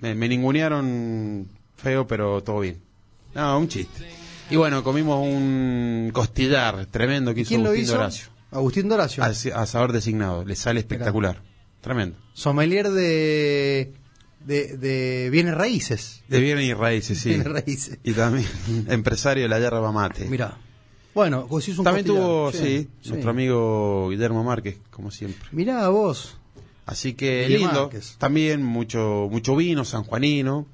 [SPEAKER 2] Me, me ningunearon feo, pero todo bien. No, un chiste. Y bueno, comimos un costillar tremendo que hizo
[SPEAKER 1] ¿Quién lo
[SPEAKER 2] Agustín Ah,
[SPEAKER 1] hizo?
[SPEAKER 2] Doracio.
[SPEAKER 1] Agustín Doracio.
[SPEAKER 2] As- Asador designado, le sale espectacular. Tremendo.
[SPEAKER 1] Sommelier de, de, de bienes raíces.
[SPEAKER 2] De bienes y raíces, sí.
[SPEAKER 1] Bienes raíces.
[SPEAKER 2] Y también empresario de la yerba mate.
[SPEAKER 1] Mirá. Bueno, vos hiciste un
[SPEAKER 2] también
[SPEAKER 1] costillar.
[SPEAKER 2] tuvo, sí, nuestro amigo Guillermo Márquez, como siempre.
[SPEAKER 1] Mirá vos.
[SPEAKER 2] Así que
[SPEAKER 1] Guille
[SPEAKER 2] lindo.
[SPEAKER 1] Márquez.
[SPEAKER 2] También mucho mucho vino sanjuanino.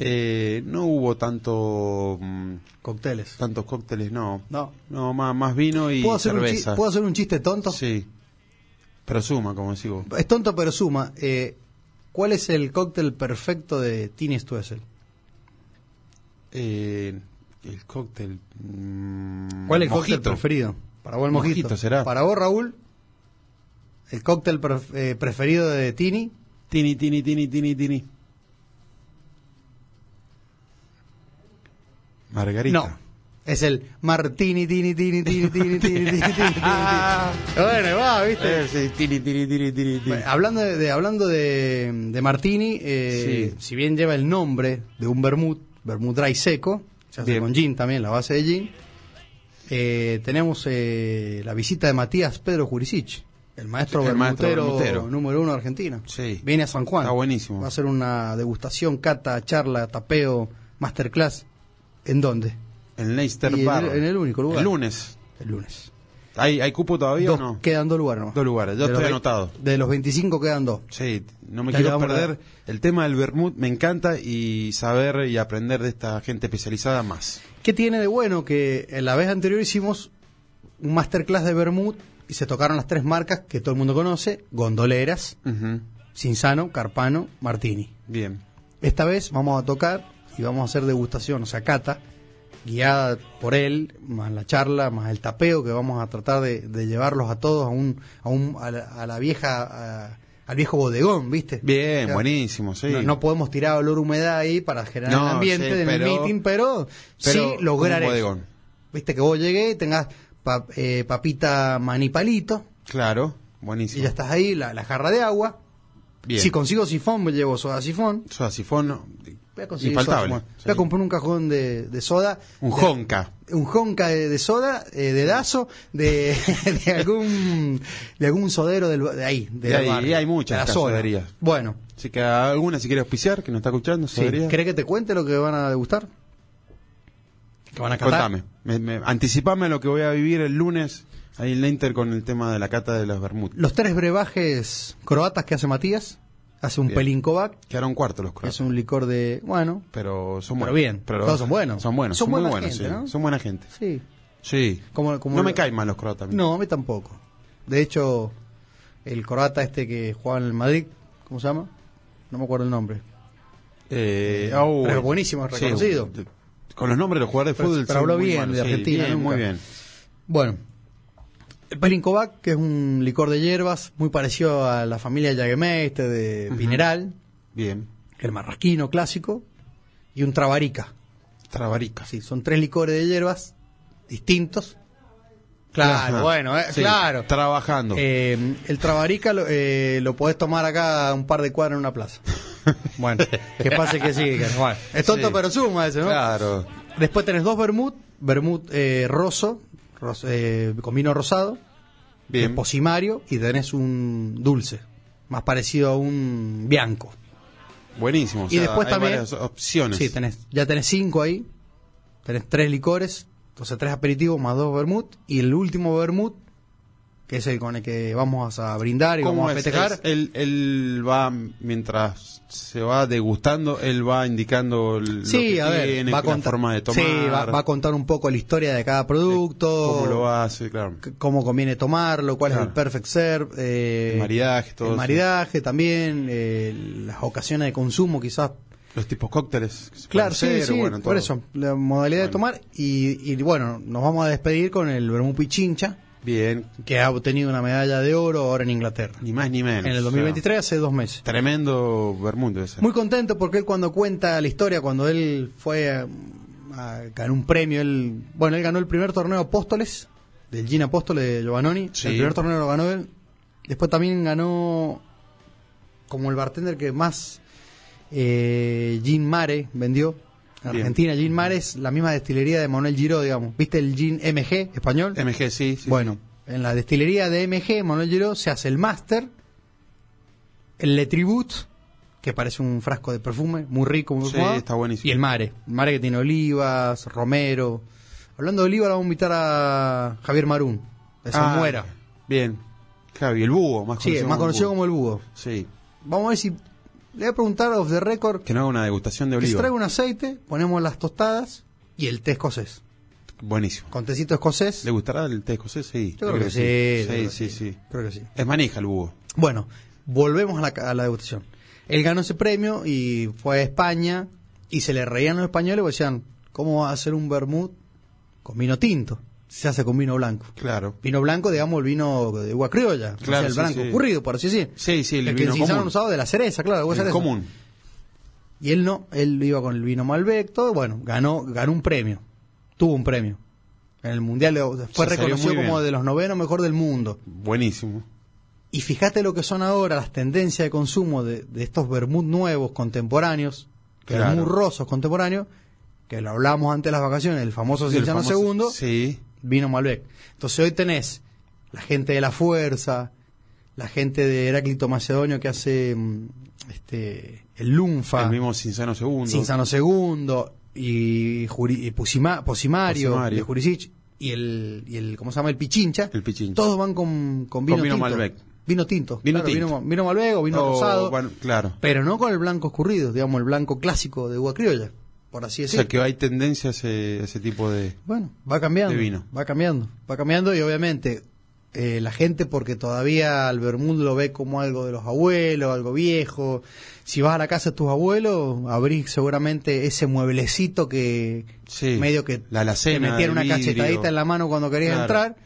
[SPEAKER 2] Eh, no hubo tanto mm,
[SPEAKER 1] Cócteles.
[SPEAKER 2] tantos cócteles, no.
[SPEAKER 1] No.
[SPEAKER 2] No, más, más vino y
[SPEAKER 1] ¿Puedo hacer, un
[SPEAKER 2] cerveza.
[SPEAKER 1] chi- ¿Puedo hacer un chiste tonto?
[SPEAKER 2] Sí. Pero suma, como decís vos.
[SPEAKER 1] Es tonto pero suma. Eh, ¿Cuál es el cóctel perfecto de Tini Stuessel?
[SPEAKER 2] Eh, el cóctel. mm,
[SPEAKER 1] ¿Cuál es el
[SPEAKER 2] mojito.
[SPEAKER 1] cóctel preferido? Para vos el mojito.
[SPEAKER 2] Mojito será.
[SPEAKER 1] Para vos, Raúl, el cóctel pref- eh, preferido de Tini.
[SPEAKER 2] Tini, tini, tini, tini, tini. Margarita.
[SPEAKER 1] No. Es el Martini, tini, tini, tini, tini, tini, tini, tini, tini, tini. Bueno, va, viste.
[SPEAKER 2] Eh, sí, tini, tini, tini, tini, tini.
[SPEAKER 1] Bueno, hablando de, de- hablando de, de Martini, eh,
[SPEAKER 2] Sí.
[SPEAKER 1] si bien lleva el nombre de un vermut, vermut dry seco, se hace
[SPEAKER 2] Bien.
[SPEAKER 1] con gin también, la base de gin, eh, tenemos eh, la visita de Matías Pedro Jurisic, el maestro,
[SPEAKER 2] Sí, el maestro
[SPEAKER 1] vermutero
[SPEAKER 2] vermutero.
[SPEAKER 1] número uno de Argentina.
[SPEAKER 2] Sí.
[SPEAKER 1] Viene a San Juan.
[SPEAKER 2] Está buenísimo.
[SPEAKER 1] Va a ser una degustación, cata, charla, tapeo, masterclass. ¿En dónde?
[SPEAKER 2] En Leicester
[SPEAKER 1] Y en
[SPEAKER 2] Bar.
[SPEAKER 1] el- en el único lugar.
[SPEAKER 2] El lunes.
[SPEAKER 1] El lunes.
[SPEAKER 2] ¿Hay, hay cupo todavía
[SPEAKER 1] Dos,
[SPEAKER 2] o no?
[SPEAKER 1] Quedan dos lugares nomás.
[SPEAKER 2] Dos lugares, yo
[SPEAKER 1] De los
[SPEAKER 2] estoy
[SPEAKER 1] ve-
[SPEAKER 2] anotado.
[SPEAKER 1] De los 25 quedan dos.
[SPEAKER 2] Sí, no me
[SPEAKER 1] Ya
[SPEAKER 2] quiero
[SPEAKER 1] llegamos a la-
[SPEAKER 2] perder. El tema del vermut me encanta y saber y aprender de esta gente especializada más.
[SPEAKER 1] ¿Qué tiene de bueno que en la vez anterior hicimos un masterclass de Bermud y se tocaron las tres marcas que todo el mundo conoce, Gondoleras,
[SPEAKER 2] Ujú,
[SPEAKER 1] Cinzano, Carpano, Martini.
[SPEAKER 2] Bien.
[SPEAKER 1] Esta vez vamos a tocar y vamos a hacer degustación, o sea, cata, guiada por él, más la charla, más el tapeo, que vamos a tratar de, de llevarlos a todos a un, a, un, a, la, a la vieja, a- al viejo bodegón, ¿viste?
[SPEAKER 2] Bien,
[SPEAKER 1] O sea,
[SPEAKER 2] buenísimo, sí.
[SPEAKER 1] No, no podemos tirar olor a humedad ahí para generar
[SPEAKER 2] No,
[SPEAKER 1] el ambiente
[SPEAKER 2] sí,
[SPEAKER 1] del
[SPEAKER 2] pero-
[SPEAKER 1] meeting, pero, sí
[SPEAKER 2] como
[SPEAKER 1] lograr
[SPEAKER 2] un
[SPEAKER 1] eso.
[SPEAKER 2] bodegón.
[SPEAKER 1] Viste que vos llegué y tengas pa- eh, papita manipalito
[SPEAKER 2] Claro, buenísimo.
[SPEAKER 1] y ya estás ahí, la, la jarra de agua.
[SPEAKER 2] Bien.
[SPEAKER 1] Si consigo sifón, me llevo soda sifón.
[SPEAKER 2] Soda sifón, no,
[SPEAKER 1] Voy a conseguir
[SPEAKER 2] infaltable.
[SPEAKER 1] soda sifón.
[SPEAKER 2] Sí.
[SPEAKER 1] Voy a comprar un cajón de, de soda.
[SPEAKER 2] Un
[SPEAKER 1] de-
[SPEAKER 2] jonca.
[SPEAKER 1] Un jonca de, de soda, eh, de dazo, de, de algún de algún sodero del, de ahí. De
[SPEAKER 2] Y
[SPEAKER 1] la
[SPEAKER 2] hay-
[SPEAKER 1] barra,
[SPEAKER 2] y hay muchas
[SPEAKER 1] de la
[SPEAKER 2] estas
[SPEAKER 1] zona.
[SPEAKER 2] soderías.
[SPEAKER 1] Bueno,
[SPEAKER 2] Así que a alguna si quiere auspiciar, que nos está escuchando,
[SPEAKER 1] sí.
[SPEAKER 2] sodería.
[SPEAKER 1] ¿querés que te cuente lo que van a degustar? Que van a catar.
[SPEAKER 2] Contame, me, me- anticipame a lo que voy a vivir el lunes ahí en la Inter con el tema de la cata de los vermut.
[SPEAKER 1] Los tres brebajes croatas que hace Matías. Hace un
[SPEAKER 2] Bien.
[SPEAKER 1] pelinkovac,
[SPEAKER 2] Quedaron cuartos los croatas.
[SPEAKER 1] es un licor de. Bueno,
[SPEAKER 2] Pero son
[SPEAKER 1] Pero
[SPEAKER 2] buenos.
[SPEAKER 1] bien, todos son buenos.
[SPEAKER 2] Son buenos,
[SPEAKER 1] Son
[SPEAKER 2] son, muy
[SPEAKER 1] buena
[SPEAKER 2] buenos.
[SPEAKER 1] gente,
[SPEAKER 2] sí.
[SPEAKER 1] ¿no?
[SPEAKER 2] Son buena gente.
[SPEAKER 1] sí.
[SPEAKER 2] Sí.
[SPEAKER 1] Como- como
[SPEAKER 2] no
[SPEAKER 1] lo-
[SPEAKER 2] me caen mal los croatas.
[SPEAKER 1] No, a mí tampoco. De hecho, el croata este que jugaba en el Madrid, ¿cómo se llama? No me acuerdo el nombre.
[SPEAKER 2] Eh,
[SPEAKER 1] Pero buenísimo,
[SPEAKER 2] sí,
[SPEAKER 1] reconocido.
[SPEAKER 2] con los nombres de los jugadores de
[SPEAKER 1] Pero-
[SPEAKER 2] fútbol.
[SPEAKER 1] pero
[SPEAKER 2] son
[SPEAKER 1] habló
[SPEAKER 2] muy
[SPEAKER 1] bien
[SPEAKER 2] buenos,
[SPEAKER 1] de
[SPEAKER 2] sí,
[SPEAKER 1] Argentina,
[SPEAKER 2] bien,
[SPEAKER 1] nunca.
[SPEAKER 2] muy bien.
[SPEAKER 1] Bueno, el Pelinkovac, que es un licor de hierbas muy parecido a la familia Jagemeister de Mineral,
[SPEAKER 2] Bien.
[SPEAKER 1] el marrasquino clásico, y un Trabarica.
[SPEAKER 2] Trabarica.
[SPEAKER 1] Sí, son tres licores de hierbas distintos. Claro,
[SPEAKER 2] Ajá.
[SPEAKER 1] bueno, eh,
[SPEAKER 2] Sí,
[SPEAKER 1] claro.
[SPEAKER 2] Trabajando.
[SPEAKER 1] Eh, el Trabarica lo, eh, lo podés tomar acá a un par de cuadras en una plaza. Bueno, que pase que sigue. que- bueno. es tonto
[SPEAKER 2] Sí.
[SPEAKER 1] pero suma ese, ¿no?
[SPEAKER 2] Claro.
[SPEAKER 1] Después tenés dos vermut, vermut eh, roso, ros- eh, con vino rosado,
[SPEAKER 2] Bien.
[SPEAKER 1] de posimario, y tenés un dulce, más parecido a un bianco.
[SPEAKER 2] Buenísimo. o
[SPEAKER 1] Y
[SPEAKER 2] sea,
[SPEAKER 1] después
[SPEAKER 2] hay
[SPEAKER 1] también-
[SPEAKER 2] varias opciones.
[SPEAKER 1] Sí, tenés, ya tenés cinco ahí, tenés tres licores, entonces tres aperitivos más dos vermut, y el último vermut, que es el con el que vamos a brindar y
[SPEAKER 2] ¿Cómo
[SPEAKER 1] vamos a
[SPEAKER 2] es?
[SPEAKER 1] festejar.
[SPEAKER 2] Es- él, él va, mientras se va degustando, él va indicando el- lo
[SPEAKER 1] Sí,
[SPEAKER 2] que
[SPEAKER 1] a ver,
[SPEAKER 2] tiene,
[SPEAKER 1] va a
[SPEAKER 2] la
[SPEAKER 1] contar,
[SPEAKER 2] forma de tomar. eh,
[SPEAKER 1] sí, va, va a contar un poco la historia de cada producto,
[SPEAKER 2] cómo lo hace, claro.
[SPEAKER 1] c- cómo conviene tomarlo, cuál es
[SPEAKER 2] Claro.
[SPEAKER 1] el perfect serve, eh,
[SPEAKER 2] El maridaje, todo
[SPEAKER 1] el
[SPEAKER 2] eso.
[SPEAKER 1] maridaje también, eh, las ocasiones de consumo quizás.
[SPEAKER 2] Los tipos cócteles. que se
[SPEAKER 1] Claro, sí,
[SPEAKER 2] pueden hacer,
[SPEAKER 1] sí,
[SPEAKER 2] bueno,
[SPEAKER 1] por
[SPEAKER 2] todo.
[SPEAKER 1] eso, la modalidad de
[SPEAKER 2] Bueno.
[SPEAKER 1] tomar y, y bueno, nos vamos a despedir con el vermú pichincha
[SPEAKER 2] Bien,
[SPEAKER 1] que ha obtenido una medalla de oro ahora en Inglaterra,
[SPEAKER 2] ni más ni menos.
[SPEAKER 1] en el
[SPEAKER 2] o sea,
[SPEAKER 1] 2023, hace dos meses.
[SPEAKER 2] tremendo Bermudo ese.
[SPEAKER 1] Muy contento porque él cuando cuenta la historia, cuando él fue a, a ganar un premio, él, bueno, él ganó el primer torneo Apóstoles, del Gin Apóstoles de Giovanoni,
[SPEAKER 2] Sí.
[SPEAKER 1] el primer torneo lo ganó él, después también ganó como el bartender que más eh, Gin Mare vendió. En
[SPEAKER 2] Bien.
[SPEAKER 1] Argentina, Gin Mare es la misma destilería de Manuel Giró, digamos. ¿Viste el Gin MG español?
[SPEAKER 2] MG, sí. sí,
[SPEAKER 1] bueno, en la destilería de MG, Manuel Giró, se hace el máster, el Le Tribut, que parece un frasco de perfume, muy rico, muy
[SPEAKER 2] Sí,
[SPEAKER 1] fumado,
[SPEAKER 2] está buenísimo.
[SPEAKER 1] Y el mare, el mare que tiene olivas, romero. Hablando de olivas, la vamos a invitar a Javier Marún, de
[SPEAKER 2] Ah,
[SPEAKER 1] Samuera.
[SPEAKER 2] Bien. Javi, el búho, más
[SPEAKER 1] sí,
[SPEAKER 2] conocido.
[SPEAKER 1] más conocido como
[SPEAKER 2] el
[SPEAKER 1] el búho.
[SPEAKER 2] búho. Sí,
[SPEAKER 1] Vamos a ver si. Le voy a preguntar off the record
[SPEAKER 2] que no haga una degustación de
[SPEAKER 1] que se
[SPEAKER 2] oliva.
[SPEAKER 1] traiga un aceite, ponemos las tostadas y el té escocés.
[SPEAKER 2] Buenísimo.
[SPEAKER 1] Con tecito escocés.
[SPEAKER 2] ¿Le gustará el té escocés? Sí.
[SPEAKER 1] Yo creo que sí, yo creo
[SPEAKER 2] Sí, sí,
[SPEAKER 1] que
[SPEAKER 2] sí.
[SPEAKER 1] Creo que sí.
[SPEAKER 2] Es manija el búho.
[SPEAKER 1] Bueno, volvemos a la, ca- a la degustación. Él ganó ese premio y fue a España y se le reían los españoles porque decían, ¿cómo va a hacer un vermut con vino tinto? Se hace con vino blanco.
[SPEAKER 2] Claro.
[SPEAKER 1] Vino blanco, digamos, el vino de agua criolla, o sea,
[SPEAKER 2] Claro,
[SPEAKER 1] el
[SPEAKER 2] sí,
[SPEAKER 1] blanco
[SPEAKER 2] sí.
[SPEAKER 1] ocurrido, por así decir.
[SPEAKER 2] Sí, sí, el
[SPEAKER 1] que
[SPEAKER 2] vino
[SPEAKER 1] se usaban
[SPEAKER 2] común.
[SPEAKER 1] usado de la cereza, claro, agua
[SPEAKER 2] El
[SPEAKER 1] cereza.
[SPEAKER 2] común.
[SPEAKER 1] Y él no, él iba con el vino Malbec, todo, bueno, ganó, ganó un premio, tuvo un premio. En el mundial de- fue
[SPEAKER 2] salió
[SPEAKER 1] reconocido
[SPEAKER 2] muy bien.
[SPEAKER 1] como de los novenos mejor del mundo.
[SPEAKER 2] Buenísimo.
[SPEAKER 1] Y fíjate lo que son ahora las tendencias de consumo de, de estos vermut nuevos contemporáneos,
[SPEAKER 2] Claro.
[SPEAKER 1] vermut rosos contemporáneos, que lo hablamos antes de las vacaciones, el famoso
[SPEAKER 2] El
[SPEAKER 1] Cinciano
[SPEAKER 2] famoso-
[SPEAKER 1] Segundo,
[SPEAKER 2] Sí.
[SPEAKER 1] vino Malbec. Entonces hoy tenés la gente de la fuerza, la gente de Heráclito Macedonio que hace mm, este el Lunfa,
[SPEAKER 2] El mismo Cinsano Segundo.
[SPEAKER 1] Cinzano Segundo y, Juri- y Pusima- Posimario,
[SPEAKER 2] Posimario.
[SPEAKER 1] de Jurisic. y el, y el ¿cómo se llama? El Pichincha.
[SPEAKER 2] El Pichincha.
[SPEAKER 1] Todos van con, con vino
[SPEAKER 2] Con vino
[SPEAKER 1] tinto.
[SPEAKER 2] Malbec.
[SPEAKER 1] Vino tinto.
[SPEAKER 2] Vino
[SPEAKER 1] claro,
[SPEAKER 2] tinto.
[SPEAKER 1] Vino, vino Malbec o vino
[SPEAKER 2] O,
[SPEAKER 1] rosado.
[SPEAKER 2] Oh, bueno, claro.
[SPEAKER 1] Pero no con el blanco escurrido, digamos, el blanco clásico de uva criolla, por así
[SPEAKER 2] O
[SPEAKER 1] decirlo.
[SPEAKER 2] sea que hay tendencia a ese, a ese tipo de...
[SPEAKER 1] Bueno, va cambiando.
[SPEAKER 2] De vino.
[SPEAKER 1] Va cambiando, va cambiando y obviamente eh, la gente porque todavía al vermut lo ve como algo de los abuelos, algo viejo. Si vas a la casa de tus abuelos, abrís seguramente ese mueblecito que
[SPEAKER 2] Sí,
[SPEAKER 1] medio que
[SPEAKER 2] la alacena,
[SPEAKER 1] te metían
[SPEAKER 2] el
[SPEAKER 1] una
[SPEAKER 2] vidrio.
[SPEAKER 1] cachetadita en la mano cuando querías
[SPEAKER 2] Claro.
[SPEAKER 1] entrar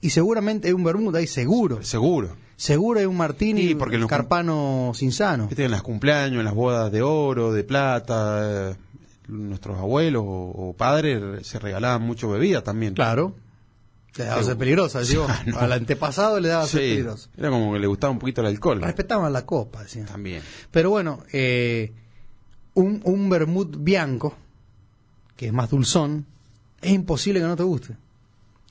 [SPEAKER 1] y seguramente hay un vermut ahí seguro.
[SPEAKER 2] Seguro.
[SPEAKER 1] Seguro hay un martini
[SPEAKER 2] Sí, porque Este- en los-
[SPEAKER 1] carpano sinsano.
[SPEAKER 2] Viste, en las cumpleaños, en las bodas de oro, de plata, eh, nuestros abuelos o, o padres se regalaban mucho bebida también.
[SPEAKER 1] Claro. Le daba a ser peligrosa, digo.
[SPEAKER 2] no.
[SPEAKER 1] Al antepasado le daba a ser
[SPEAKER 2] Sí,
[SPEAKER 1] peligrosa.
[SPEAKER 2] era como que le gustaba un poquito el alcohol.
[SPEAKER 1] Respetaban la copa, decían.
[SPEAKER 2] También.
[SPEAKER 1] Pero bueno, eh, un, un vermut bianco, que es más dulzón, es imposible que no te guste.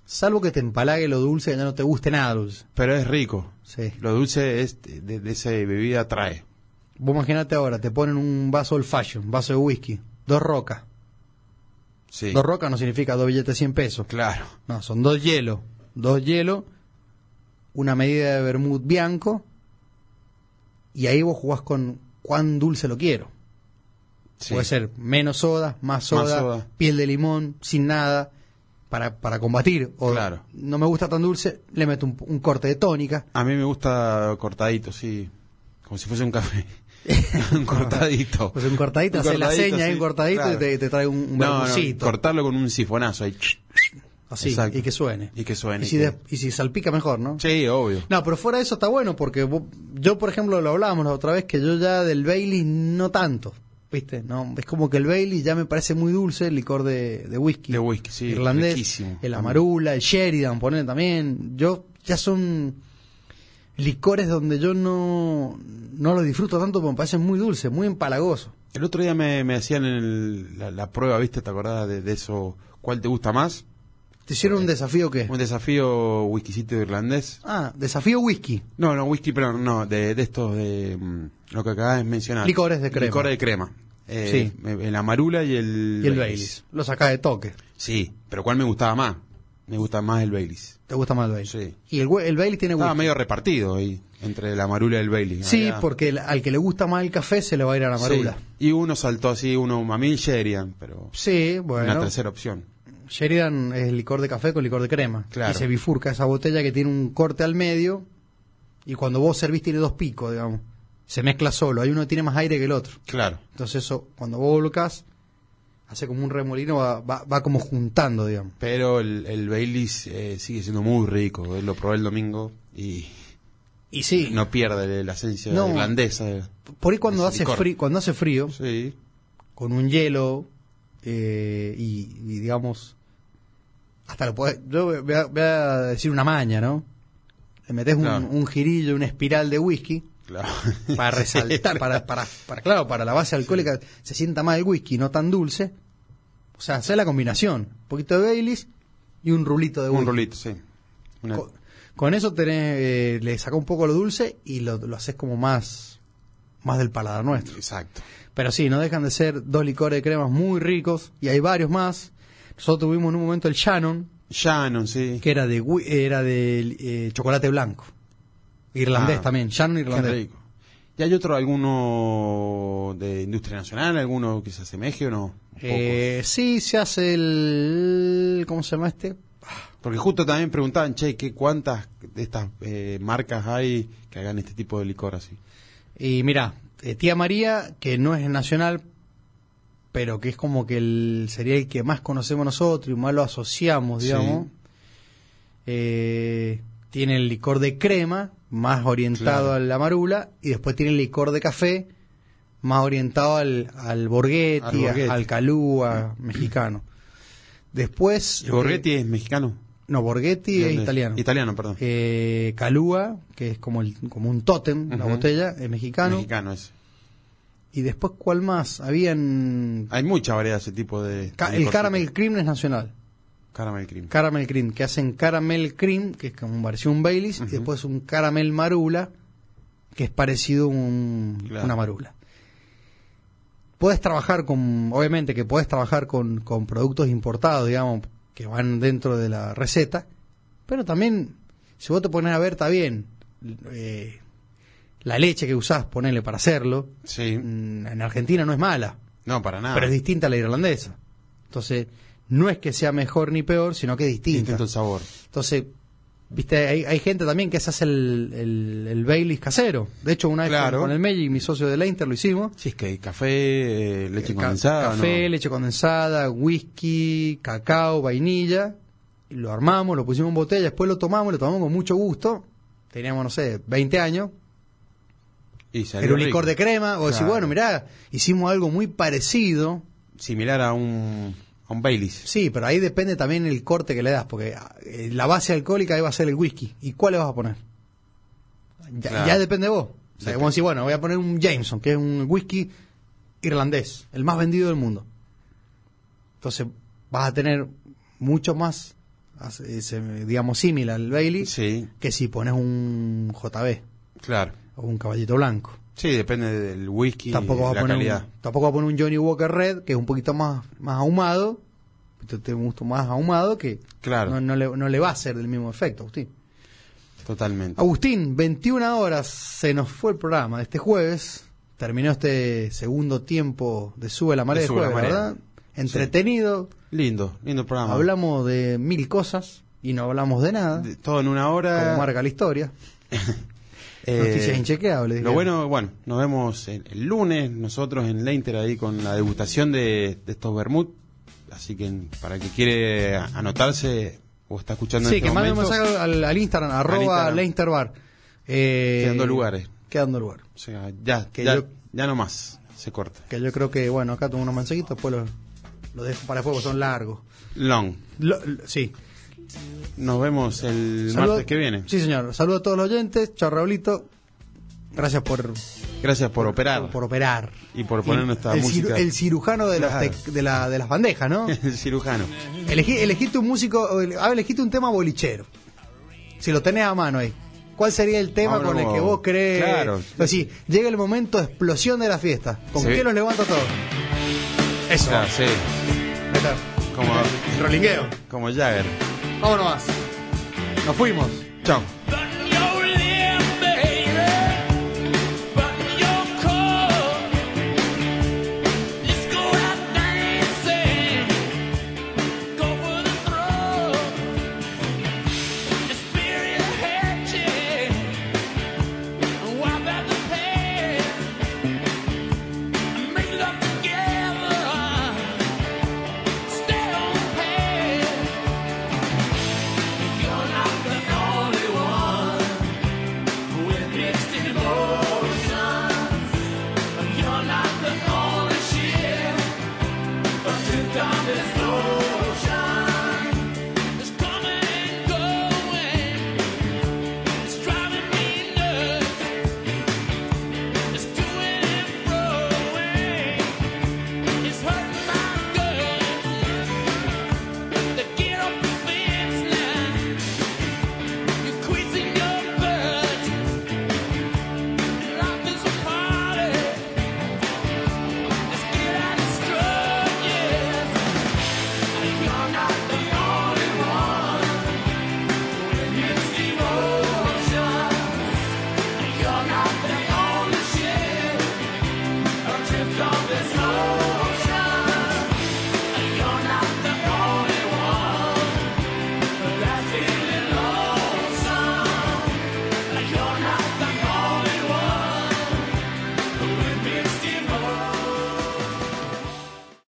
[SPEAKER 1] Salvo que te empalague lo dulce y ya no te guste nada dulce.
[SPEAKER 2] Pero es rico.
[SPEAKER 1] Sí.
[SPEAKER 2] Lo dulce es de, de esa bebida trae.
[SPEAKER 1] Vos imaginate ahora, te ponen un vaso old fashion, un vaso de whisky, dos rocas.
[SPEAKER 2] Sí.
[SPEAKER 1] Dos rocas no significa dos billetes de 100 pesos.
[SPEAKER 2] Claro.
[SPEAKER 1] No, son dos hielos. Dos hielos, una medida de vermut bianco, y ahí vos jugás con cuán dulce lo quiero.
[SPEAKER 2] Sí.
[SPEAKER 1] Puede ser menos soda, más
[SPEAKER 2] Más
[SPEAKER 1] soda,
[SPEAKER 2] soda.
[SPEAKER 1] piel de limón, sin nada, para, para combatir. O
[SPEAKER 2] Claro.
[SPEAKER 1] no me gusta tan dulce, le meto un, un corte de tónica.
[SPEAKER 2] A mí me gusta cortadito, sí. Como si fuese un café. un cortadito.
[SPEAKER 1] Pues un cortadito, hace la seña, ahí, un cortadito, y te- te trae un- un
[SPEAKER 2] no, no,
[SPEAKER 1] vermucito.
[SPEAKER 2] cortarlo con un sifonazo. ahí.
[SPEAKER 1] Así,
[SPEAKER 2] Exacto.
[SPEAKER 1] y que suene.
[SPEAKER 2] Y que suene,
[SPEAKER 1] Y si,
[SPEAKER 2] que-
[SPEAKER 1] de- y si salpica mejor, ¿no?
[SPEAKER 2] Sí, obvio.
[SPEAKER 1] No, pero fuera de eso está bueno porque vos- yo, por ejemplo, lo hablábamos la otra vez que yo ya del Bailey no tanto, ¿viste? No, es como que el Bailey ya me parece muy dulce, el licor de, de whisky.
[SPEAKER 2] De whisky, sí,
[SPEAKER 1] Irlandés,
[SPEAKER 2] riquísimo.
[SPEAKER 1] el Amarula, el Sheridan, ponen también. Yo ya son licores donde yo no no los disfruto tanto porque me parecen muy dulces, muy empalagosos.
[SPEAKER 2] El otro día me, me hacían el- la, la prueba, ¿viste? ¿Te acordás de, de eso? ¿Cuál te gusta más?
[SPEAKER 1] ¿Te hicieron un desafío qué?
[SPEAKER 2] Un desafío whiskycito irlandés.
[SPEAKER 1] Ah, desafío whisky.
[SPEAKER 2] No, no, whisky, pero no, de, de estos de mm, lo que acabas de mencionar.
[SPEAKER 1] Licores de crema.
[SPEAKER 2] Licores de crema. Eh,
[SPEAKER 1] Sí.
[SPEAKER 2] El amarula y el,
[SPEAKER 1] Y el Baileys. Lo sacás de toque.
[SPEAKER 2] Sí, pero ¿cuál me gustaba más? Me gusta más el Baileys.
[SPEAKER 1] ¿Te gusta más el Bailey?
[SPEAKER 2] Sí.
[SPEAKER 1] Y el, we- el Bailey tiene
[SPEAKER 2] Estaba
[SPEAKER 1] whisky.
[SPEAKER 2] medio repartido ahí, entre el amarula y el Baileys.
[SPEAKER 1] Sí,
[SPEAKER 2] Había-
[SPEAKER 1] porque el- al que le gusta más el café se le va a ir a la marula.
[SPEAKER 2] Sí. Y uno saltó así, uno a mí el Sheridan, pero
[SPEAKER 1] Sí,
[SPEAKER 2] una
[SPEAKER 1] bueno.
[SPEAKER 2] tercera opción.
[SPEAKER 1] Sheridan es licor de café con licor de crema.
[SPEAKER 2] Claro.
[SPEAKER 1] Y se bifurca esa botella que tiene un corte al medio. Y cuando vos servís tiene dos picos, digamos. Se mezcla solo. Hay uno que tiene más aire que el otro.
[SPEAKER 2] Claro.
[SPEAKER 1] Entonces eso, cuando vos volcás, hace como un remolino, va, va- va como juntando, digamos.
[SPEAKER 2] Pero el, el Baileys eh, sigue siendo muy rico. eh, Lo probé el domingo y
[SPEAKER 1] Y sí,
[SPEAKER 2] no pierde la esencia
[SPEAKER 1] No.
[SPEAKER 2] irlandesa.
[SPEAKER 1] por ahí cuando
[SPEAKER 2] es
[SPEAKER 1] hace,
[SPEAKER 2] licor.
[SPEAKER 1] frío, cuando hace frío,
[SPEAKER 2] Sí.
[SPEAKER 1] con un hielo eh, y, y, digamos hasta lo podés, yo voy a, voy a decir una maña no le metes un,
[SPEAKER 2] Claro.
[SPEAKER 1] un girillo una espiral de whisky
[SPEAKER 2] Claro.
[SPEAKER 1] para resaltar para, para, para claro para la base alcohólica se sienta más el whisky no tan dulce o sea hacer la combinación un poquito de Baileys y un rulito de
[SPEAKER 2] Un
[SPEAKER 1] whisky
[SPEAKER 2] rolito, sí. Una-
[SPEAKER 1] con, con eso tenés, eh, le sacás un poco lo dulce y lo, lo haces como más más del paladar nuestro
[SPEAKER 2] Exacto.
[SPEAKER 1] pero sí, no dejan de ser dos licores de cremas muy ricos y hay varios más. Nosotros tuvimos en un momento el Shannon,
[SPEAKER 2] Shannon, sí.
[SPEAKER 1] que era de wi- era de eh, chocolate blanco. Irlandés
[SPEAKER 2] Ah,
[SPEAKER 1] también, Shannon
[SPEAKER 2] Qué
[SPEAKER 1] irlandés.
[SPEAKER 2] rico. ¿Y hay otro, alguno de industria nacional, alguno que se asemeje o no? Un
[SPEAKER 1] Eh, sí, se hace el ¿cómo se llama este?
[SPEAKER 2] poco. Porque justo también preguntaban, che, ¿qué, ¿cuántas de estas eh, marcas hay que hagan este tipo de licor así?
[SPEAKER 1] Y mira, eh, tía María, que no es nacional, pero que es como que el sería el que más conocemos nosotros y más lo asociamos,
[SPEAKER 2] Sí.
[SPEAKER 1] digamos. Eh, tiene el licor de crema, más orientado
[SPEAKER 2] Claro.
[SPEAKER 1] a la marula, y después tiene el licor de café, más orientado al, al borghetti,
[SPEAKER 2] Al Borghetti.
[SPEAKER 1] al calúa mexicano. Después...
[SPEAKER 2] ¿El Borghetti
[SPEAKER 1] eh,
[SPEAKER 2] es mexicano?
[SPEAKER 1] no, Borghetti es
[SPEAKER 2] ¿Dónde
[SPEAKER 1] italiano.
[SPEAKER 2] Italiano, perdón.
[SPEAKER 1] Eh, calúa, que es como, el- como un tótem, una
[SPEAKER 2] Ujú.
[SPEAKER 1] botella, es mexicano.
[SPEAKER 2] Mexicano es.
[SPEAKER 1] Y después, ¿cuál más? Habían.
[SPEAKER 2] Hay mucha variedad de ese tipo de.
[SPEAKER 1] ca-
[SPEAKER 2] de
[SPEAKER 1] el
[SPEAKER 2] licorcito.
[SPEAKER 1] Caramel Cream es nacional.
[SPEAKER 2] Caramel cream.
[SPEAKER 1] Caramel Cream, que hacen Caramel Cream, que es como pareció un Baileys, y después un Caramel Marula, que es parecido a un-
[SPEAKER 2] Claro.
[SPEAKER 1] una Marula. Puedes trabajar con. Obviamente que puedes trabajar con, con productos importados, digamos. que van dentro de la receta, pero también, si vos te pones a ver, está bien. eh, la leche que usás, ponele para hacerlo,
[SPEAKER 2] Sí.
[SPEAKER 1] mm, en Argentina no es mala,
[SPEAKER 2] No, para nada.
[SPEAKER 1] pero es distinta a la irlandesa. Entonces, no es que sea mejor ni peor, sino que es distinta.
[SPEAKER 2] Distinto el sabor.
[SPEAKER 1] Entonces, viste, hay, hay gente también que se hace el, el, el Baileys casero. De hecho, una vez
[SPEAKER 2] Claro.
[SPEAKER 1] con, con el Meji, mi socio de la Inter, lo hicimos.
[SPEAKER 2] Cheesecake, café, eh, leche
[SPEAKER 1] Ca-
[SPEAKER 2] condensada.
[SPEAKER 1] Café,
[SPEAKER 2] ¿no?
[SPEAKER 1] leche condensada, whisky, cacao, vainilla. Y Lo armamos, lo pusimos en botella, después lo tomamos, lo tomamos con mucho gusto. Teníamos, no sé, 20 años.
[SPEAKER 2] Y salió
[SPEAKER 1] Era un
[SPEAKER 2] rico.
[SPEAKER 1] licor de crema. O decís,
[SPEAKER 2] Claro.
[SPEAKER 1] bueno, mirá, hicimos algo muy parecido.
[SPEAKER 2] Similar a un, a un Baileys.
[SPEAKER 1] Sí, pero ahí depende también el corte que le das, porque eh, la base alcohólica ahí va a ser el whisky. ¿Y cuál le vas a poner? Ya,
[SPEAKER 2] Claro.
[SPEAKER 1] ya depende de vos. O sea,
[SPEAKER 2] Depende.
[SPEAKER 1] vos decís, bueno, voy a poner un Jameson, que es un whisky irlandés, el más vendido del mundo. Entonces vas a tener mucho más, as- eh, se- digamos, similar al Bailey,
[SPEAKER 2] Sí,
[SPEAKER 1] que si pones un JB
[SPEAKER 2] claro.
[SPEAKER 1] o un caballito blanco.
[SPEAKER 2] Sí, depende del whisky
[SPEAKER 1] Tampoco
[SPEAKER 2] y
[SPEAKER 1] va, a
[SPEAKER 2] la
[SPEAKER 1] poner
[SPEAKER 2] calidad.
[SPEAKER 1] un, tampoco va a poner un Johnny Walker Red, que es un poquito más, más ahumado. Esto tiene un gusto más ahumado que
[SPEAKER 2] Claro.
[SPEAKER 1] no, no le, no le va a hacer el mismo efecto, Agustín.
[SPEAKER 2] Totalmente.
[SPEAKER 1] Agustín, 21 horas se nos fue el programa de este jueves. Terminó este segundo tiempo de Sube la Marea
[SPEAKER 2] De
[SPEAKER 1] de,
[SPEAKER 2] Sube la
[SPEAKER 1] jueves,
[SPEAKER 2] Marea.
[SPEAKER 1] ¿verdad? Entretenido.
[SPEAKER 2] Lindo, lindo programa.
[SPEAKER 1] Hablamos de mil cosas y no hablamos de nada,
[SPEAKER 2] De- todo en una hora.
[SPEAKER 1] como marca la historia.
[SPEAKER 2] Eh,
[SPEAKER 1] Noticias inchequeables.
[SPEAKER 2] Lo
[SPEAKER 1] digamos.
[SPEAKER 2] bueno, bueno, nos vemos el, el lunes nosotros en Leinter ahí con la degustación de, de estos vermut. Así que para el que quiere anotarse o está escuchando en
[SPEAKER 1] Sí,
[SPEAKER 2] este
[SPEAKER 1] que mande un
[SPEAKER 2] momento,
[SPEAKER 1] mensaje al, al Instagram, arroba
[SPEAKER 2] Instagram.
[SPEAKER 1] Leinster Bar. Eh,
[SPEAKER 2] Quedan dos lugares.
[SPEAKER 1] Quedan dos lugares.
[SPEAKER 2] o sea, ya,
[SPEAKER 1] que
[SPEAKER 2] ya,
[SPEAKER 1] yo-
[SPEAKER 2] ya no más, se corta.
[SPEAKER 1] Que yo creo que, bueno, acá tengo unos manseguitos, después los, los dejo para fuego, son largos.
[SPEAKER 2] Long.
[SPEAKER 1] Lo- lo- sí.
[SPEAKER 2] Nos vemos el
[SPEAKER 1] Saludo-
[SPEAKER 2] martes que viene.
[SPEAKER 1] Sí, señor. Saludos a todos los oyentes. Chao, Raulito. Gracias por,
[SPEAKER 2] Gracias por operar
[SPEAKER 1] por operar.
[SPEAKER 2] y por poner nuestra
[SPEAKER 1] el,
[SPEAKER 2] música.
[SPEAKER 1] ciru- el cirujano de, las
[SPEAKER 2] Claro.
[SPEAKER 1] tec- de, la- de las bandejas, ¿no?
[SPEAKER 2] el cirujano.
[SPEAKER 1] Elegí, elegiste un músico, o ele- ah, elegiste un tema bolichero. Si lo tenés a mano ahí. ¿Cuál sería el tema
[SPEAKER 2] Vamos,
[SPEAKER 1] con el que vos crees?
[SPEAKER 2] claro.
[SPEAKER 1] O sea, llega el momento de explosión de la fiesta. ¿Con
[SPEAKER 2] Sí.
[SPEAKER 1] qué los levanto a todos? Eso.
[SPEAKER 2] Ah, sí,
[SPEAKER 1] Ahí está.
[SPEAKER 2] como,
[SPEAKER 1] Rolingueo.
[SPEAKER 2] como Jagger.
[SPEAKER 1] Vámonos más. Nos fuimos.
[SPEAKER 2] Chao.